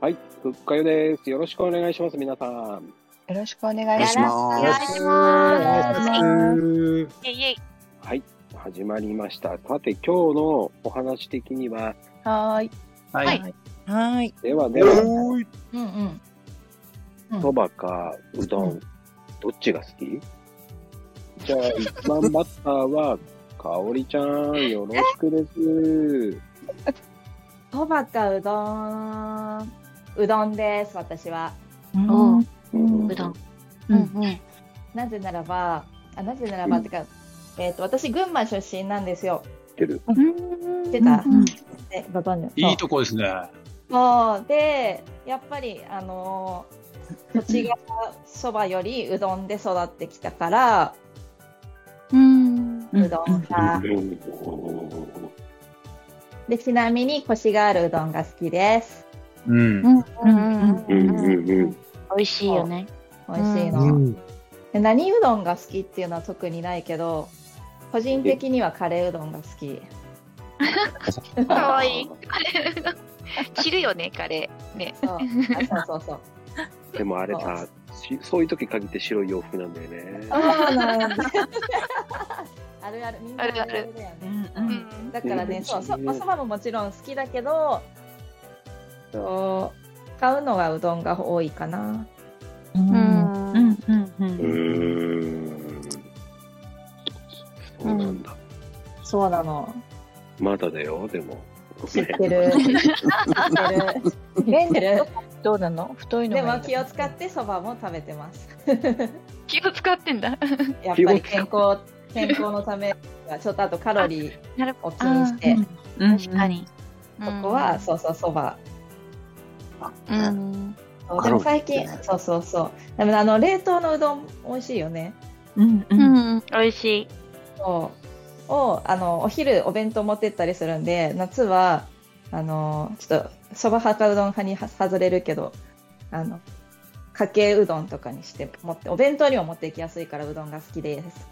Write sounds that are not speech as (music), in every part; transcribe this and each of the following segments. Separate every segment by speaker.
Speaker 1: はい、ふっかよです。よろしくお願いします、皆さん。
Speaker 2: よろしくお願いし
Speaker 3: お
Speaker 2: ま
Speaker 3: 願
Speaker 2: す。
Speaker 3: いし
Speaker 2: ま
Speaker 3: イ
Speaker 2: す
Speaker 3: ェイイェイ。
Speaker 1: はい、始まりました。さて、今日のお話的には、
Speaker 2: はーい。
Speaker 4: はい
Speaker 3: はい
Speaker 5: はい。
Speaker 1: ではでは、
Speaker 4: おーい。
Speaker 2: うんうん。
Speaker 1: そばかうどん、どっちが好きじゃあ、一番バッターは、かおりちゃん、よろしくです。
Speaker 6: そばかうどん。うどんです、私は。
Speaker 3: おう
Speaker 1: うん
Speaker 3: うどん。
Speaker 5: うん
Speaker 3: うん。
Speaker 6: なぜならば、あなぜならば、
Speaker 1: うん
Speaker 6: てか、えっ、と、私、群馬出身なんですよ。
Speaker 1: てる。
Speaker 6: 知ってた、
Speaker 3: うん
Speaker 6: えご存知
Speaker 4: いいとこですね。
Speaker 6: そうそうで、やっぱり、あのー土地がそばよりうどんで育ってきたから、
Speaker 3: うん。
Speaker 5: うん
Speaker 6: うどんが。で、ちなみに、コシがあるうどんが好きです。
Speaker 4: うん
Speaker 3: う。ん。うん。
Speaker 1: うん
Speaker 3: うん。
Speaker 1: うんうん。
Speaker 3: 美味しいよね。
Speaker 6: 美味しいの。
Speaker 4: うん
Speaker 6: で何うどんが好きっていうのは特にないけど、個人的にはカレーうどんが好き。
Speaker 3: かわ (laughs) いい。カレー。知るよね、カレー。ね。
Speaker 6: そうあそうそうそう。
Speaker 1: でもあれさ、しそういう時限って白い洋服なんだよね。
Speaker 6: そうなんだ。あるある、みんなあるあるだよね。
Speaker 5: うんうん
Speaker 3: ん。
Speaker 6: だから
Speaker 1: う
Speaker 6: ね、
Speaker 1: ん
Speaker 6: そう、そばそばももちろん好きだけど、そう買うのがうどんが多いかな。
Speaker 5: うん
Speaker 3: う
Speaker 5: うんんう
Speaker 1: うん
Speaker 5: うん。
Speaker 1: ーん。そうなんだ。
Speaker 6: そうなの。
Speaker 1: まだだよ、でも。
Speaker 6: 知ってる。
Speaker 3: (laughs)
Speaker 6: 知ってる。
Speaker 2: 麺
Speaker 6: 知ってる。
Speaker 2: どうなの太いの
Speaker 6: で
Speaker 2: がい
Speaker 6: も
Speaker 2: いの
Speaker 6: 気を使ってそばも食べてます。
Speaker 3: 気を使ってんだ。
Speaker 6: やっぱり健康、健康のためは、ちょっとあとカロリー
Speaker 3: なる
Speaker 6: を気にして、
Speaker 5: あ
Speaker 6: こ
Speaker 5: うん
Speaker 3: 確か。に。こ
Speaker 6: こは、、そうそう、そば。
Speaker 3: うん。
Speaker 6: そうでも最近、そうそうそう。でもあの、冷凍のうどん美味しいよね。
Speaker 5: うんう。
Speaker 3: うんん。美味しい。
Speaker 6: そうをあのお昼お弁当持ってったりするんで夏はあのちょっとそば派かうどん派には外れるけどあのかけうどんとかにして持ってお弁当にも持っていきやすいからうどんが好きです。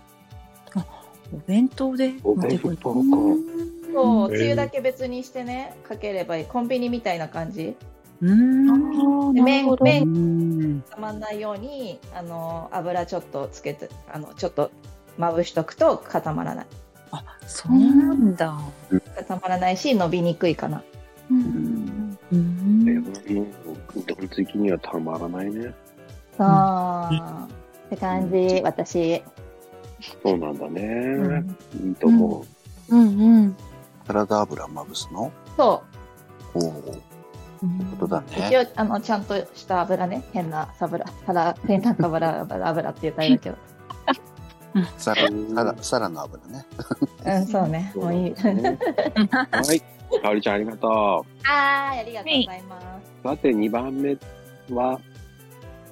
Speaker 5: お弁当で
Speaker 1: お
Speaker 5: 持って
Speaker 1: 弁
Speaker 5: くる。
Speaker 1: 当
Speaker 6: そう
Speaker 4: へえ
Speaker 6: つゆだけ別にしてねかければいいコンビニみたいな感じ
Speaker 5: うん。
Speaker 6: で麺麺
Speaker 5: うん
Speaker 6: たまんないようにあの油ちょっとつけてあのちょっとまぶしとくと固まらない
Speaker 5: あ、そうなんだ。
Speaker 6: 固まらないし伸びにくいかな
Speaker 3: うん。
Speaker 5: う
Speaker 1: か。で
Speaker 5: ん。
Speaker 1: もうどん好きにはたまらないね。
Speaker 6: あーって感じ私
Speaker 1: そうなんだね。
Speaker 6: ん
Speaker 1: いいと思
Speaker 3: うん。うん。
Speaker 4: サラダ油まぶすの
Speaker 6: そう
Speaker 4: おお。ことだ
Speaker 6: 一
Speaker 4: ね。
Speaker 6: 応あのちゃんとした油ね変なサブラサラ変なサブラ油油って言ったらあれだけど
Speaker 4: サラ、サラ、サラの油ね。
Speaker 6: うんそうね
Speaker 1: う。
Speaker 6: もういい
Speaker 1: そうなんだねはい。かおりちゃんありがと
Speaker 6: あーありがとうございます
Speaker 1: う。さて、2番目は、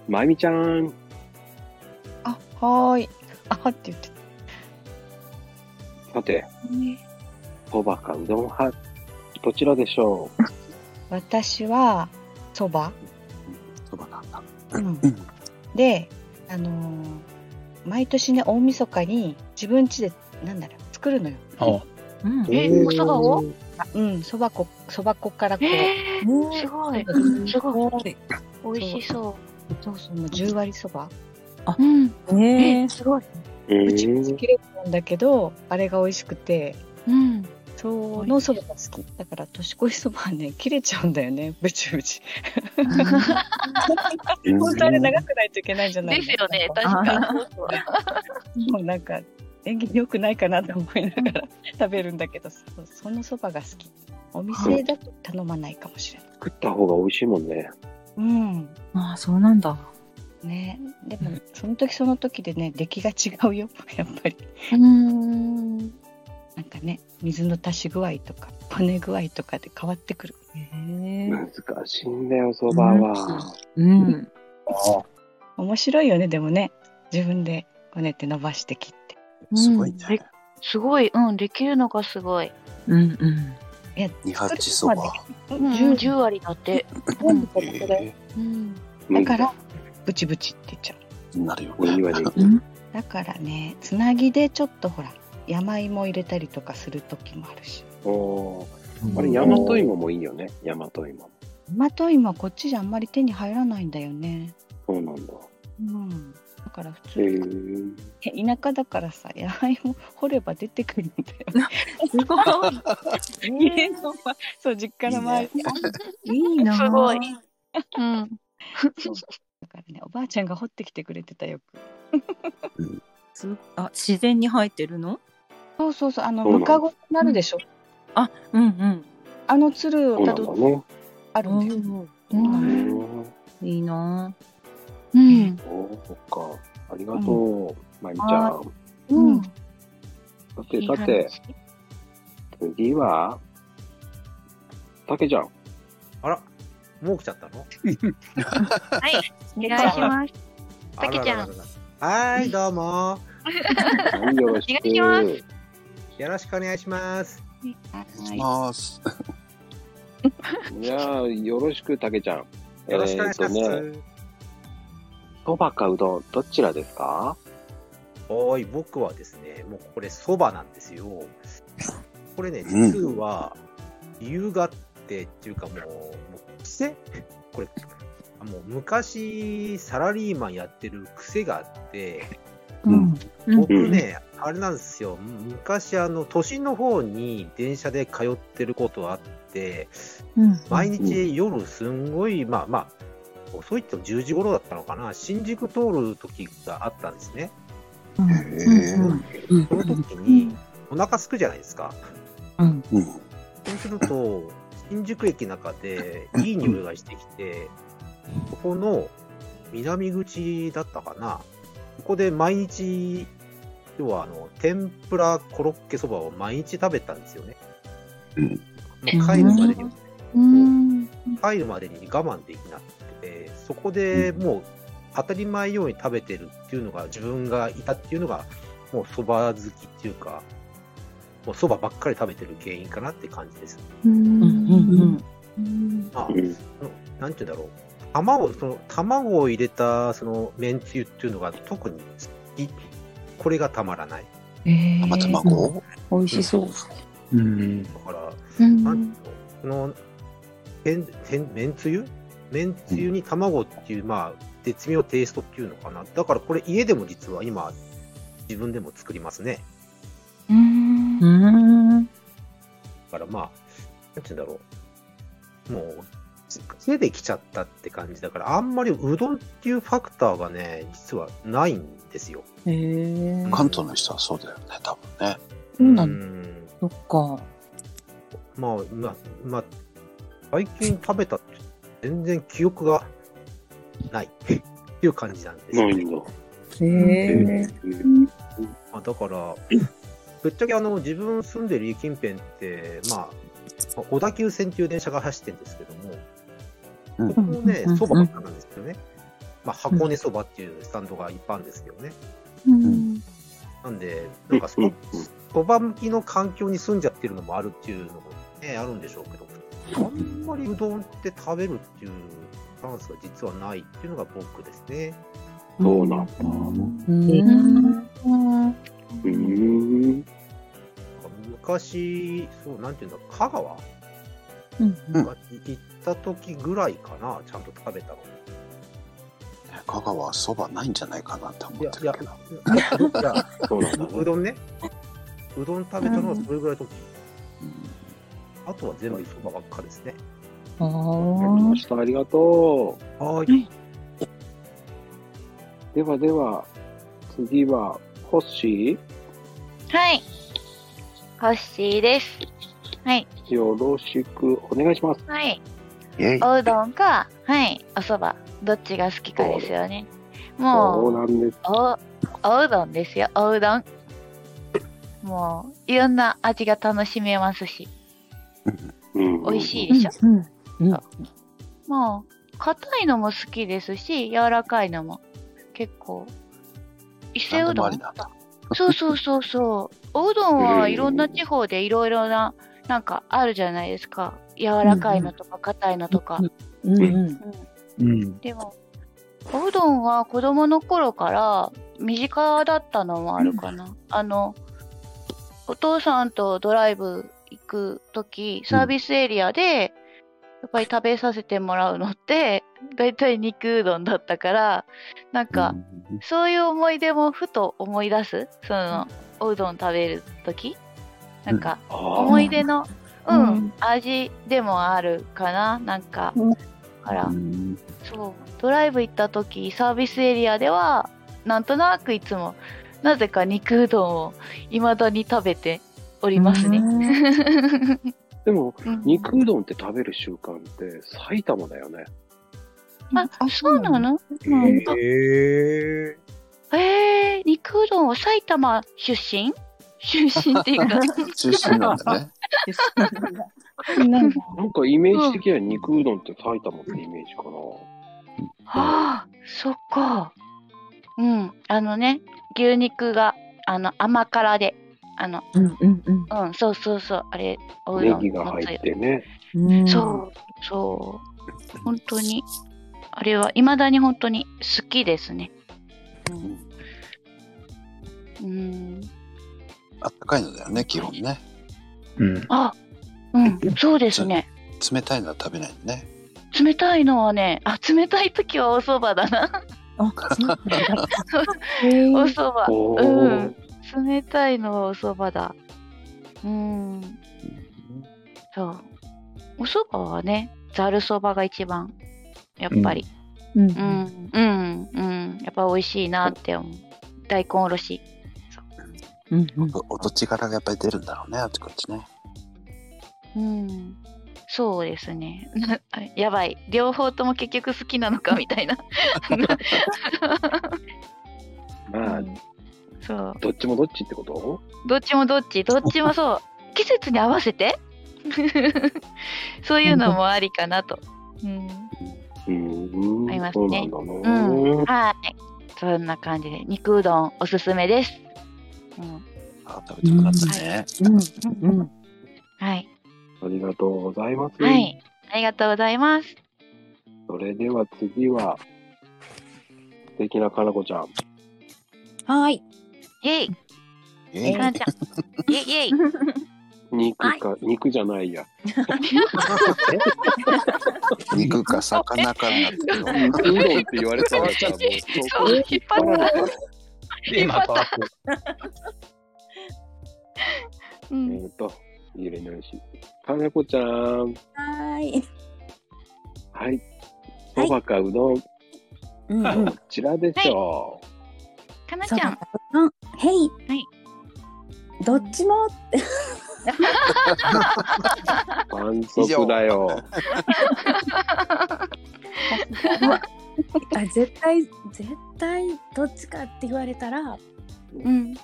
Speaker 1: まゆみちゃん。
Speaker 2: あ、はーい。あはって言って
Speaker 1: さて、
Speaker 2: たね。
Speaker 1: そばかうどん派、どちらでしょう
Speaker 2: 私は、そば
Speaker 4: そばなんだ。
Speaker 2: で、あのー毎年ね、大晦日に自分家で、なんだろう、作るのよ。
Speaker 4: お
Speaker 5: うん。
Speaker 3: えお蕎麦を
Speaker 2: うん、そば粉、そば粉からこう。
Speaker 3: え
Speaker 5: お
Speaker 3: ー、す
Speaker 5: ー
Speaker 3: ごい。すごい。
Speaker 5: ごい。
Speaker 3: 美味しそ
Speaker 2: そうそう、もう10割そば。
Speaker 3: う。うん。
Speaker 5: ねえ。
Speaker 3: すごい。
Speaker 1: う
Speaker 2: うちも
Speaker 1: ーん
Speaker 2: 作れるんだけど、あれが美味しくて、
Speaker 3: うん。
Speaker 2: そのそばが好き。だから、年越しそばはね、切れちゃうんだよね、ぶちぶち。本当あれ長くないといけないんじゃない
Speaker 3: ですよね、
Speaker 2: なん
Speaker 3: 確
Speaker 2: か
Speaker 3: かに。
Speaker 2: もうなんか縁起良くないかなと思いながら食べるんだけどそうそのそばが好きお店だと頼まないかもしれない、
Speaker 1: 食った方が美味しいもんね。
Speaker 2: うん
Speaker 5: あ、そうなんだ。
Speaker 2: ねでもその時その時でね出来が違うよやっぱり
Speaker 3: うーん。
Speaker 2: なんかね水の足し具合とかこね具合とかで変わってくる
Speaker 5: へえ。
Speaker 1: 難しいんだよ、そばは。
Speaker 5: うん。
Speaker 2: 面白いよねでもね自分でこねて伸ばして切って
Speaker 4: すごい
Speaker 3: うん
Speaker 4: ね
Speaker 3: で。すごい、うん、できるのがすごい。
Speaker 5: うんうん。
Speaker 4: 二八そば。
Speaker 3: うん、
Speaker 2: 十
Speaker 3: 10割だって。
Speaker 2: 分
Speaker 4: え
Speaker 2: だ
Speaker 4: え。
Speaker 3: うん。
Speaker 2: か、らブチブチって言っちゃう
Speaker 4: なるよ
Speaker 1: お湯は
Speaker 4: ね
Speaker 1: で。
Speaker 2: だからねつなぎでちょっとほら山芋入れたりとかする時もあるし
Speaker 1: おーあれ、大和芋もいいよね。大和芋。
Speaker 2: まと今こっちじゃあんまり手に入らないんだよね。
Speaker 1: そうなんだ。
Speaker 2: うん。だから普
Speaker 1: へえ
Speaker 2: 通、え田舎だからさ、野菜を掘れば出てくるんだよ。
Speaker 5: すごい。
Speaker 2: (laughs) 家の前そう実家の周りにある
Speaker 5: いいな。
Speaker 3: すごい。うん。
Speaker 2: からね、おばあちゃんが掘ってきてくれてたよく。
Speaker 5: すあ、自然に生えてるの？
Speaker 2: そうそうそう、あの
Speaker 1: そうなの
Speaker 2: ムカゴになるでしょ。
Speaker 5: うん
Speaker 2: あのつる
Speaker 1: そう
Speaker 2: を
Speaker 1: な
Speaker 2: た
Speaker 1: んだ
Speaker 2: ど
Speaker 1: ね。
Speaker 2: あるんですよ。
Speaker 5: ん。
Speaker 1: う
Speaker 2: うん
Speaker 1: ん。
Speaker 5: いいな。
Speaker 2: うん。
Speaker 1: そっか。ありがとう、まゆみちゃん。
Speaker 2: うん。
Speaker 1: さてさて、次は、たけちゃん。
Speaker 7: あら、もう来ちゃった
Speaker 1: (laughs)
Speaker 7: の
Speaker 3: はい、お願いします。たけちゃん
Speaker 7: あららららはーい、どうも。
Speaker 1: はい、よろしく。
Speaker 3: お願い
Speaker 7: よろしくお願いします。
Speaker 2: は
Speaker 4: ます。
Speaker 1: じゃあ、よろしく、たけちゃん。
Speaker 7: よろしくお願いします。
Speaker 1: えーとね、そばかうどん、どちらですか
Speaker 7: はーい、僕はですね、もうこれ、そばなんですよ。これね、実は、理由があって、っていうかもう、もう癖これ、もう昔、サラリーマンやってる癖があって、
Speaker 5: うん。
Speaker 7: 僕ね、あれなんですよ、昔、あの、都心の方に電車で通ってることあって、
Speaker 5: うん。
Speaker 7: 毎日夜すんごい、まあまあ、遅いっても10時頃だったのかな、新宿通る時があったんですね。
Speaker 5: う
Speaker 4: う
Speaker 5: ん
Speaker 4: ん
Speaker 5: うん
Speaker 7: その時に、お腹空くじゃないですか。
Speaker 5: うん。
Speaker 4: うん。
Speaker 7: そうすると、新宿駅の中でいい匂いがしてきて、ここの南口だったかな、ここで毎日、要はあの天ぷらコロッケそばを毎日食べたんですよね。
Speaker 4: うん
Speaker 7: もう帰るまでには
Speaker 2: うん。
Speaker 7: 入るまでに我慢できなくて、そこでもう当たり前ように食べてるっていうのが、自分がいたっていうのが、もうそば好きっていうか、もうそばばっかり食べてる原因かなって感じです。
Speaker 5: うんうん
Speaker 7: まあ
Speaker 1: う、ん。
Speaker 7: なんていうんだろう、卵、その卵を入れたそのめんつゆっていうのが特に好き、これがたまらない。
Speaker 5: うん。
Speaker 4: 生卵
Speaker 5: 美味しそう。
Speaker 4: うん。
Speaker 7: だから、
Speaker 2: うん
Speaker 7: なんていうの、その、めん、めんめんつゆめんつゆに卵っていう、まあ、絶妙テイストっていうのかな。だからこれ家でも実は今、自分でも作りますね。
Speaker 5: うーん。
Speaker 7: だからまあ、なんていうんだろう。もう、癖できちゃったって感じだから、あんまりうどんっていうファクターがね、実はないんですよ。
Speaker 5: へえ。
Speaker 4: 関東の人はそうだよね、多分ね。
Speaker 5: そうなの
Speaker 7: ん
Speaker 5: そっか。
Speaker 7: まあ、まあ、まあ、最近食べたって全然記憶がない (laughs) っていう感じなんですよ
Speaker 1: ないんだ。
Speaker 5: へえ。
Speaker 7: まあ、だから、ぶっちゃけあの自分住んでる家近辺って、まあ、まあ小田急線っていう電車が走ってるんですけども、
Speaker 4: う
Speaker 7: こ
Speaker 4: ん
Speaker 7: こもね
Speaker 5: うん、
Speaker 7: そばばっかなんですよね。まあ、箱根そばっていうスタンドがいっぱいあるんですけどね。
Speaker 4: ん
Speaker 7: なんで、なんかそ
Speaker 1: うん
Speaker 7: の、そば向きの環境に住んじゃってるのもあるっていうのもね、あるんでしょうけど、あんまりうどんって食べるっていうチャンスが実はないっていうのが僕ですね。
Speaker 1: そうなんだ。
Speaker 5: う
Speaker 1: う
Speaker 5: ん。
Speaker 1: ーん。
Speaker 7: 昔、そう、なんていうんだ、香川
Speaker 4: うん
Speaker 7: が行った時ぐらいかな、ちゃんと食べたの。
Speaker 4: 香川はそばないんじゃないかなって思って
Speaker 7: いやい
Speaker 4: るけど。
Speaker 7: いや、
Speaker 1: そうなんだ
Speaker 7: うどんね。うどん食べたのはそれぐらいの時。あとは全部そばばっかですね。
Speaker 5: あ
Speaker 1: わかり
Speaker 5: あ
Speaker 1: ま。した。ありがと
Speaker 7: はーい。
Speaker 1: う。ではでは、次は、ホッシ
Speaker 3: はい。ホッシーです。はい。
Speaker 1: ーよろしくお願いします。
Speaker 3: はい。
Speaker 4: イェイ
Speaker 3: おうどんか、はい、おそば、どっちが好きかですよね。も
Speaker 1: そう
Speaker 3: う、
Speaker 1: なんです。
Speaker 3: お、おうどんですよ、おうどん。もう、いろんな味が楽しめますし、
Speaker 1: うん
Speaker 3: 美味しいでしょ。
Speaker 5: うん。
Speaker 3: もう、硬いのも好きですし、柔らかいのも、結構。伊勢うどん
Speaker 4: 何でもありなん
Speaker 3: そうそうそうそう。おうどんはいろんな地方でいろいろな、なんかあるじゃないですか。柔らかいのとか、硬いのとか。
Speaker 5: うんう
Speaker 4: う
Speaker 5: ん。
Speaker 4: ん。
Speaker 3: でも、おうどんは子供の頃から身近だったのもあるかな。あの、お父さんとドライブ行くとき、サービスエリアで、やっぱり食べさせてもらうのって大体肉うどんだったからなんかそういう思い出もふと思い出すそのおうどん食べる時なんか思い出のう
Speaker 5: うん
Speaker 3: ん、味でもあるかななんか、
Speaker 5: うん
Speaker 3: だから、そうドライブ行った時サービスエリアではなんとなくいつもなぜか肉うどんをいまだに食べておりますね。
Speaker 1: でも、
Speaker 3: うん
Speaker 1: 肉うどんって食べる習慣って埼玉だよね。
Speaker 3: あそうなのうん
Speaker 7: え
Speaker 3: えー、肉うどんは埼玉出身出身っていうか
Speaker 4: 中心なんだね。
Speaker 2: なんか
Speaker 1: なんかイメージ的には肉うどんって埼玉ってイメージかな。
Speaker 3: (laughs) はあそっかうんあのね牛肉があの甘辛であの
Speaker 5: うんうん
Speaker 3: うんそうそうそうあれおう
Speaker 1: ネ
Speaker 3: どん
Speaker 1: ギが入ってね。
Speaker 5: うん。
Speaker 3: そう、そう。本当に。あれは、いまだに本当に好きですね。うん。うん、
Speaker 4: あったかいのだよね、基本ね。
Speaker 8: うん。
Speaker 3: あ、うん、そうですね。
Speaker 4: 冷たいのは食べないのね。
Speaker 3: 冷たいのはね、あ、冷たい時はお蕎麦だな。
Speaker 5: あ、そうなん
Speaker 3: (laughs)
Speaker 5: だ。
Speaker 3: お蕎麦。
Speaker 1: おー
Speaker 3: うん。冷たいのはお蕎麦だ。うん。そう。お蕎麦はね、ざるそばが一番、やっぱり。
Speaker 5: うん
Speaker 3: う。ん、うん、うん。やっぱ美味しいなって思う。大根おろし。
Speaker 5: うんうん。
Speaker 4: おお土地柄がやっぱり出るんだろうね、あっちこっちね。
Speaker 3: うん。そうですね。 (laughs) あやばい。両方とも結局好きなのかみ
Speaker 1: (laughs)
Speaker 3: たいな。 (laughs)
Speaker 1: まあ、
Speaker 3: そう。
Speaker 1: どっちもどっちってこと
Speaker 3: どっちもどっち、どっちもそう。季節に合わせて (laughs) そういうのもありかなと。うん。
Speaker 1: うーん。
Speaker 3: あります
Speaker 1: そうな
Speaker 3: ね
Speaker 1: んだね。
Speaker 3: うん。はい。そんな感じで、肉うどんおすすめです。うん。
Speaker 4: あ食べたくなったね。
Speaker 5: うんうん。
Speaker 3: はい。
Speaker 1: ありがとうございます。
Speaker 3: はい。ありがとうございます。
Speaker 1: それでは次は、素敵なかなこちゃん。
Speaker 5: はい。
Speaker 3: イェイ
Speaker 4: ええ
Speaker 3: かなちゃん。イェイイェイ
Speaker 1: 肉か、肉じゃないや。
Speaker 4: 肉か魚かになってるの。
Speaker 1: (laughs) 肉うどんって言われたらさ、もうそ
Speaker 3: (laughs) そう、
Speaker 1: こ
Speaker 3: 引っ張った。
Speaker 8: で、今変わって、
Speaker 3: う
Speaker 1: え
Speaker 3: ん。
Speaker 1: ーと、ゆれないし。かなこちゃん。は
Speaker 5: はい。
Speaker 1: い。
Speaker 5: はい
Speaker 1: そばかうどん、
Speaker 5: うんうん。
Speaker 1: どちらでしょ
Speaker 3: かなちゃん。
Speaker 5: うん。へい。
Speaker 3: はい。
Speaker 5: どっちも。
Speaker 1: う。満足だよ。
Speaker 9: あ絶対絶対どっちかって言われたら
Speaker 3: うん。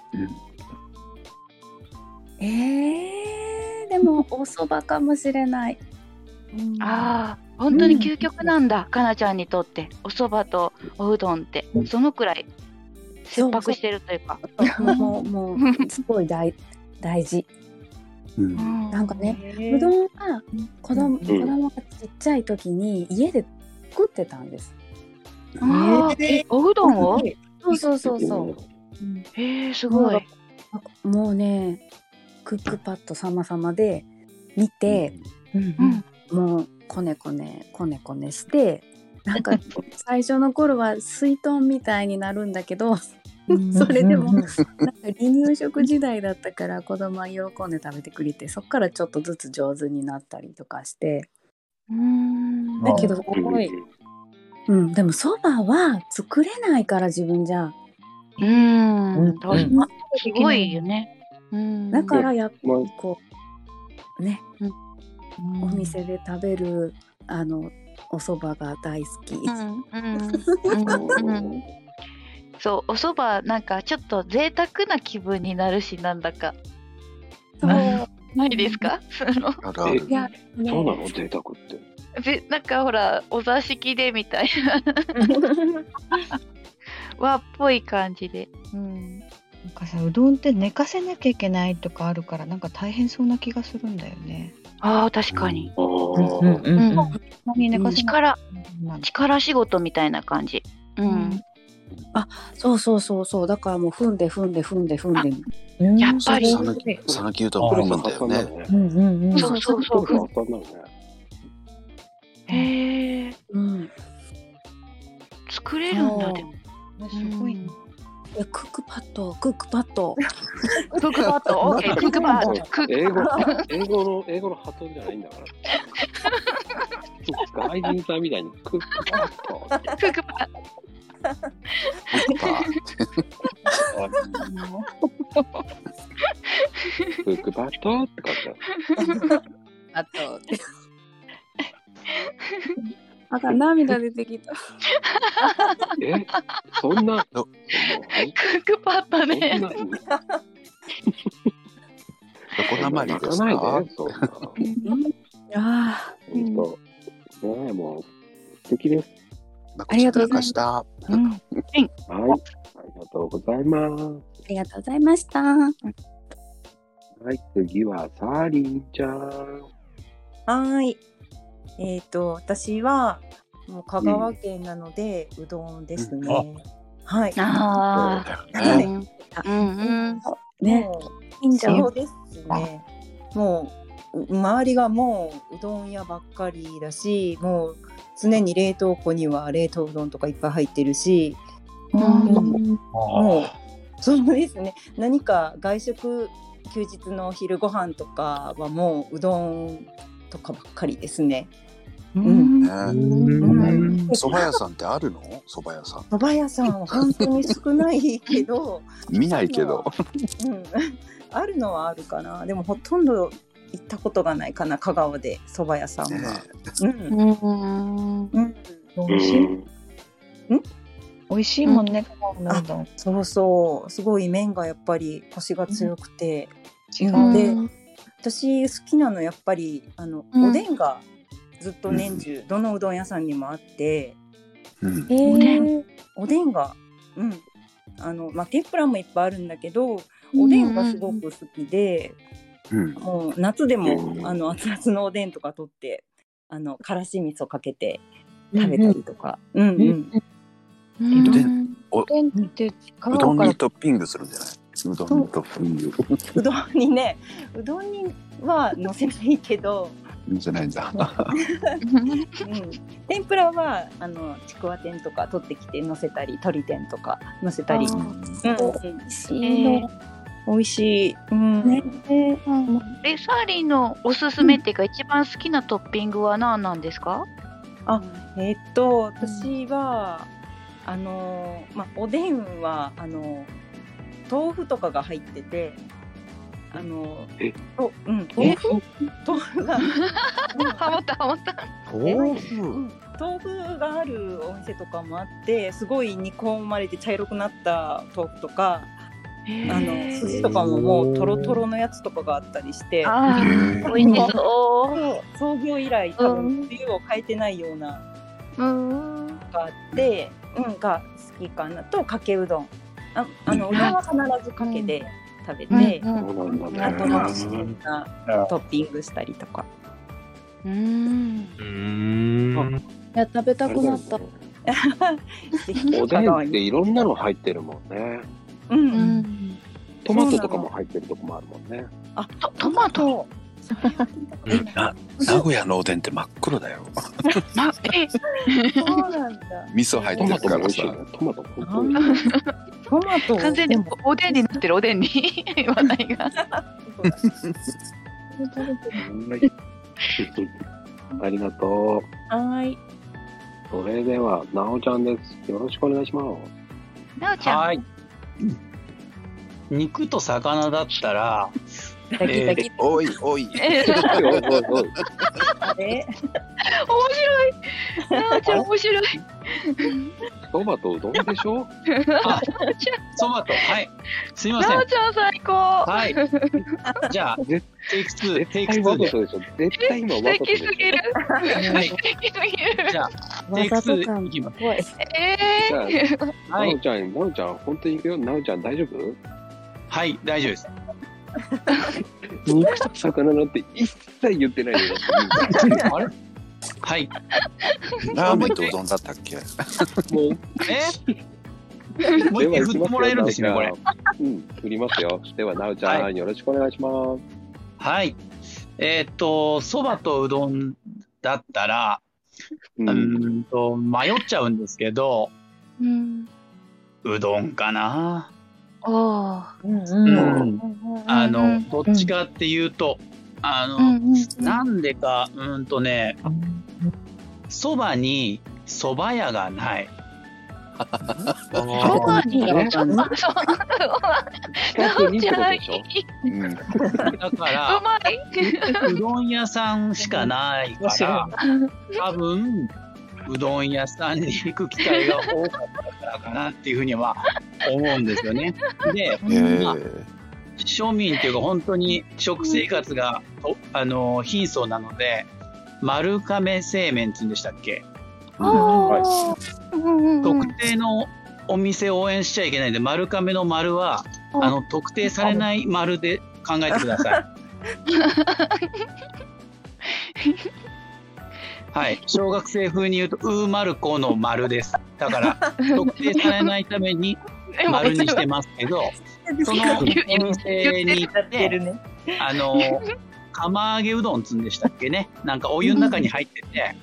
Speaker 9: えー、でもお蕎麦かもしれない、うん
Speaker 3: ああ、本当に究極なんだ、かなちゃんにとって、お蕎麦とおうどんって、そのくらい
Speaker 9: そう
Speaker 3: 切迫してるというか。
Speaker 9: もうもうも
Speaker 3: (laughs)
Speaker 9: うすごい大大事
Speaker 4: うん
Speaker 9: なんかねうどんは子供,、子供がちっちゃい時に家で作ってたんです
Speaker 3: あーえおうどんを
Speaker 9: そうそうそうそう
Speaker 3: えー、すごい。
Speaker 9: もうねクックパッド様々で見て、
Speaker 3: うん
Speaker 9: もうこねこねこねこねしてな
Speaker 3: (laughs)
Speaker 9: んか最初の頃は水豚みたいになるんだ
Speaker 3: (laughs)
Speaker 9: けどそれでもなんか離乳食時代だったから子供は喜んで食べてくれてそっからちょっとずつ上手になったりとかして
Speaker 3: うーん。
Speaker 9: だけど、
Speaker 1: うん。
Speaker 9: うん、でもそばは作れないから自分じゃ
Speaker 3: うーん。確かに
Speaker 9: うん
Speaker 3: すごいよね。うん。
Speaker 9: だからやっぱり
Speaker 1: まあ
Speaker 9: こうね、
Speaker 3: うん
Speaker 9: お店で食べるあのお蕎麦が大好き。
Speaker 3: うんうんうんうんそうお蕎麦なんかちょっと贅沢な気分になるしなんだか
Speaker 9: そ
Speaker 3: (laughs)
Speaker 9: う
Speaker 3: ないですか、その
Speaker 4: あるある
Speaker 9: い。や、ね
Speaker 1: そうなの贅沢って。
Speaker 3: ぜなんかほらお座敷でみたいな
Speaker 9: (laughs)
Speaker 3: 和っぽい感じで、うん、
Speaker 2: なんかさうどんって寝かせなきゃいけないとかあるからなんか大変そうな気がするんだよね。
Speaker 3: あー確かに、
Speaker 1: あ
Speaker 5: うんうん
Speaker 1: あ。
Speaker 5: うんうん。
Speaker 2: そんなに寝かせな
Speaker 3: 力
Speaker 2: きゃいけない
Speaker 3: 力仕事みたいな感じうん、
Speaker 9: そうそうそうそう、だからもう踏んで踏んで踏んで踏んで。
Speaker 3: やっぱり
Speaker 4: さぬき、さぬきうどん
Speaker 8: あ
Speaker 4: プ
Speaker 8: ー
Speaker 4: ロなんだよね。
Speaker 5: うんうんうん。
Speaker 3: そうそう
Speaker 1: そ
Speaker 3: そうう
Speaker 1: そう、朝になるね。
Speaker 3: へえ。
Speaker 9: うん。
Speaker 3: 作れるんだでも。
Speaker 2: すごいね。
Speaker 9: いやクックパッド、クックパッド。
Speaker 3: クックパッド、オーケー、クックパッド、クッ
Speaker 1: 英
Speaker 3: ク
Speaker 1: 語
Speaker 3: パッド。、
Speaker 1: 英語の、英語の発音じゃないんだから。外人さんみたいにクックパッと。
Speaker 3: クックパッド。
Speaker 1: クックパッとって感じだ。
Speaker 9: あと。あかん涙出てきた。
Speaker 1: えそんな、
Speaker 4: ど
Speaker 3: クックパッド
Speaker 1: そんな、
Speaker 3: ね。
Speaker 4: こなまり
Speaker 1: 泣
Speaker 4: で
Speaker 1: か
Speaker 4: す
Speaker 1: ない
Speaker 4: か
Speaker 1: で、そんな。
Speaker 9: ああ、
Speaker 1: 本当。ねえ、もう、素敵です。
Speaker 4: まこちゃん泣かした。
Speaker 1: はい。ありがとうございます。
Speaker 9: ありがとうございました。あ
Speaker 1: はい、次は、サーリンちゃん。
Speaker 5: はーい。えっ、と私はもう香川県なので、うどんですね。はい。
Speaker 3: ああ。
Speaker 4: は
Speaker 3: う
Speaker 4: い
Speaker 3: んうん。
Speaker 9: ね
Speaker 5: もう
Speaker 9: いいんじゃん
Speaker 5: そうですね。もうう周りがもううどん屋ばっかりだし、もう常に冷凍庫には冷凍うどんとかいっぱい入ってるし、
Speaker 9: うん
Speaker 5: もうそうですね。何か外食休日の昼ご飯とかはもううどんとかばっかりですね。うん
Speaker 4: ね
Speaker 5: うん
Speaker 4: 蕎麦屋さんってあるの蕎麦屋さん。
Speaker 5: 蕎麦屋さんは本当に少ないけ (laughs) ど、
Speaker 4: 見ないけど。
Speaker 5: うん、あるのはあるかな。でもほとんど行ったことがないかな香川で蕎麦屋さん
Speaker 4: ね
Speaker 5: は。うん。
Speaker 3: うん。
Speaker 5: うん。
Speaker 2: 美
Speaker 1: う
Speaker 2: 味しい。
Speaker 1: ん。
Speaker 2: 美味しいもんね。カモのうどん。
Speaker 5: そうそう。すごい麺がやっぱりコシが強くて、
Speaker 2: 違
Speaker 5: うん
Speaker 2: う。
Speaker 5: で私好きなのやっぱりあの、
Speaker 3: うん
Speaker 5: おでんがずっと年中どのうどん屋さんにもあって、
Speaker 4: うん
Speaker 9: えー、
Speaker 5: おでんがうん。あのまあ、天ぷらもいっぱいあるんだけどおでんがすごく好きで、
Speaker 4: うん。
Speaker 5: もう夏でも、
Speaker 1: うん
Speaker 5: あの熱々のおでんとか取ってあのからし味噌かけて食べたりとか、うんうん
Speaker 3: うん
Speaker 4: で
Speaker 2: 天って香
Speaker 4: うど
Speaker 2: 川
Speaker 4: ん
Speaker 2: から
Speaker 4: にトッピングするんじゃないうどんにトッピング。
Speaker 5: うどんにねうどんにはのせないけど、
Speaker 4: いいんじゃないんだ。
Speaker 5: うん、天ぷらはあのちくわ天とか取ってきてのせたり鶏天とかのせたり、うんうん
Speaker 3: えー
Speaker 5: 美味しい、うん
Speaker 9: ね
Speaker 3: でサーリンのおすすめっていうか一番好きなトッピングは何なんですか？
Speaker 5: えーっと私はあのーまあおでんはあのー豆腐とかが入っててあのー
Speaker 1: え
Speaker 5: とうん豆腐豆腐が
Speaker 3: ハモったハモった。
Speaker 7: 豆腐
Speaker 5: 豆腐があるお店とかもあってすごい煮込まれて茶色くなった豆腐とかあの筋とかももうトロトロのやつとかがあったりして
Speaker 3: ああ、美味しそ
Speaker 5: そう創業以来多分冬を変えてないような
Speaker 3: う。うん。
Speaker 5: のがあって、うん、が好きかなとかけうどんああのうどんは必ずかけで食べて、
Speaker 1: そうなんだ
Speaker 5: あ
Speaker 1: ね。
Speaker 5: とまあ自然なトッピングしたりとか
Speaker 3: うん。
Speaker 8: うん。
Speaker 9: いや食べたくなった。
Speaker 1: おで
Speaker 5: 香
Speaker 1: ん
Speaker 5: 川
Speaker 1: っ
Speaker 5: に
Speaker 1: ていろんなの入ってるもんね。
Speaker 5: うん
Speaker 3: う
Speaker 5: うん
Speaker 3: ん。
Speaker 1: トマトとかも入ってるとこもあるもん (laughs) ね。
Speaker 3: トトマト。
Speaker 4: な名古屋のおでんって真っ黒だよ。
Speaker 3: まえ、
Speaker 5: そうなんだ
Speaker 4: 味噌入っ
Speaker 1: ト
Speaker 4: て
Speaker 1: マ
Speaker 4: る
Speaker 1: トも
Speaker 4: か
Speaker 1: 美
Speaker 4: ら
Speaker 1: 味しい
Speaker 4: さ
Speaker 1: ね。。トマト本当に美味しい。
Speaker 5: トマト
Speaker 3: 完全におでんになってるおでんに
Speaker 5: (laughs)
Speaker 3: 話題が。
Speaker 1: ありがと
Speaker 5: はい。
Speaker 1: う。それでは、なおちゃんです。よろしくお願いします。
Speaker 3: なおちゃん。
Speaker 8: はい。肉と魚だったら、
Speaker 5: ザ
Speaker 8: えー
Speaker 4: おいおい。
Speaker 3: (laughs) えー面
Speaker 1: おいおいおいおい
Speaker 5: で
Speaker 3: 白い。なおちゃん面白い。
Speaker 1: トマトうどんでしょ
Speaker 8: あ、そばと、はい。すいませ
Speaker 3: なお
Speaker 8: ん。
Speaker 3: ちゃん最高。
Speaker 4: (laughs)
Speaker 8: はい。じゃあ、
Speaker 1: 絶
Speaker 8: テイク2、テイク
Speaker 1: 対わ
Speaker 8: 2
Speaker 1: ざ
Speaker 8: で。
Speaker 1: とでしょ絶対今わ
Speaker 3: 素
Speaker 1: ざとで
Speaker 3: 敵
Speaker 1: し
Speaker 3: す
Speaker 1: ょ
Speaker 3: ぎる。
Speaker 8: はい。
Speaker 3: 素敵すぎる。
Speaker 8: じゃあ、テイク
Speaker 9: わざと
Speaker 8: 2
Speaker 9: 感
Speaker 8: いきま
Speaker 9: ごい。
Speaker 3: ええー。
Speaker 8: す。
Speaker 1: な
Speaker 8: は
Speaker 1: お
Speaker 8: い。
Speaker 1: ちゃん、なおちゃん、本当に行くよ。なおちゃん、大丈夫
Speaker 8: はい、大丈夫です。
Speaker 1: 肉と魚なんて一切言ってないよ。
Speaker 8: (laughs) あれはい。
Speaker 4: ラーメンとうどんだったっけ。
Speaker 1: (laughs) もう、
Speaker 8: えもう一回振ってもらえるんですね、これ。。
Speaker 1: うん、振りますよ。では、なおちゃん、
Speaker 8: は
Speaker 1: よろしくお願いします。
Speaker 8: はい。えーっと、そばとうどんだったら、うんと迷っちゃうんですけど、
Speaker 3: うん。
Speaker 8: うどんかな。
Speaker 3: おー。
Speaker 8: うん。あ
Speaker 3: う
Speaker 8: の
Speaker 3: ん、
Speaker 8: どっちかっていうと、あ
Speaker 3: うん
Speaker 8: の、
Speaker 3: うん
Speaker 8: なんでか、うんとね、そばにそば屋がない。
Speaker 3: そばに
Speaker 8: ね
Speaker 3: そばそば
Speaker 1: 近くにってことでしょ
Speaker 4: うん
Speaker 8: だか
Speaker 3: う
Speaker 8: ら、
Speaker 3: ま
Speaker 8: うどん屋さんしかないから、
Speaker 3: い。
Speaker 8: 多分、うどん屋さんに行く機会が多かったからかなっていうふうには思うんですよね。で、
Speaker 4: え
Speaker 8: まあ
Speaker 4: ー
Speaker 8: 庶民っていうか本当に食生活が、とあの貧相なので丸亀製麺っていうんでしたっけ、
Speaker 3: おー。うんうんうん
Speaker 8: 特定のお店を応援しちゃいけないんで丸亀の丸は
Speaker 3: うん
Speaker 8: あの特定されない丸で考えてくだ (laughs) さい。はい、小学生風に言うと「うーまるこ」の丸ですだ (laughs) から特定されないために丸にしてますけどそのお店に行っ
Speaker 5: 出
Speaker 8: て
Speaker 5: るね。
Speaker 8: あの、釜揚げうどんっつうんでしたっけね。なんかお湯の中に入ってて、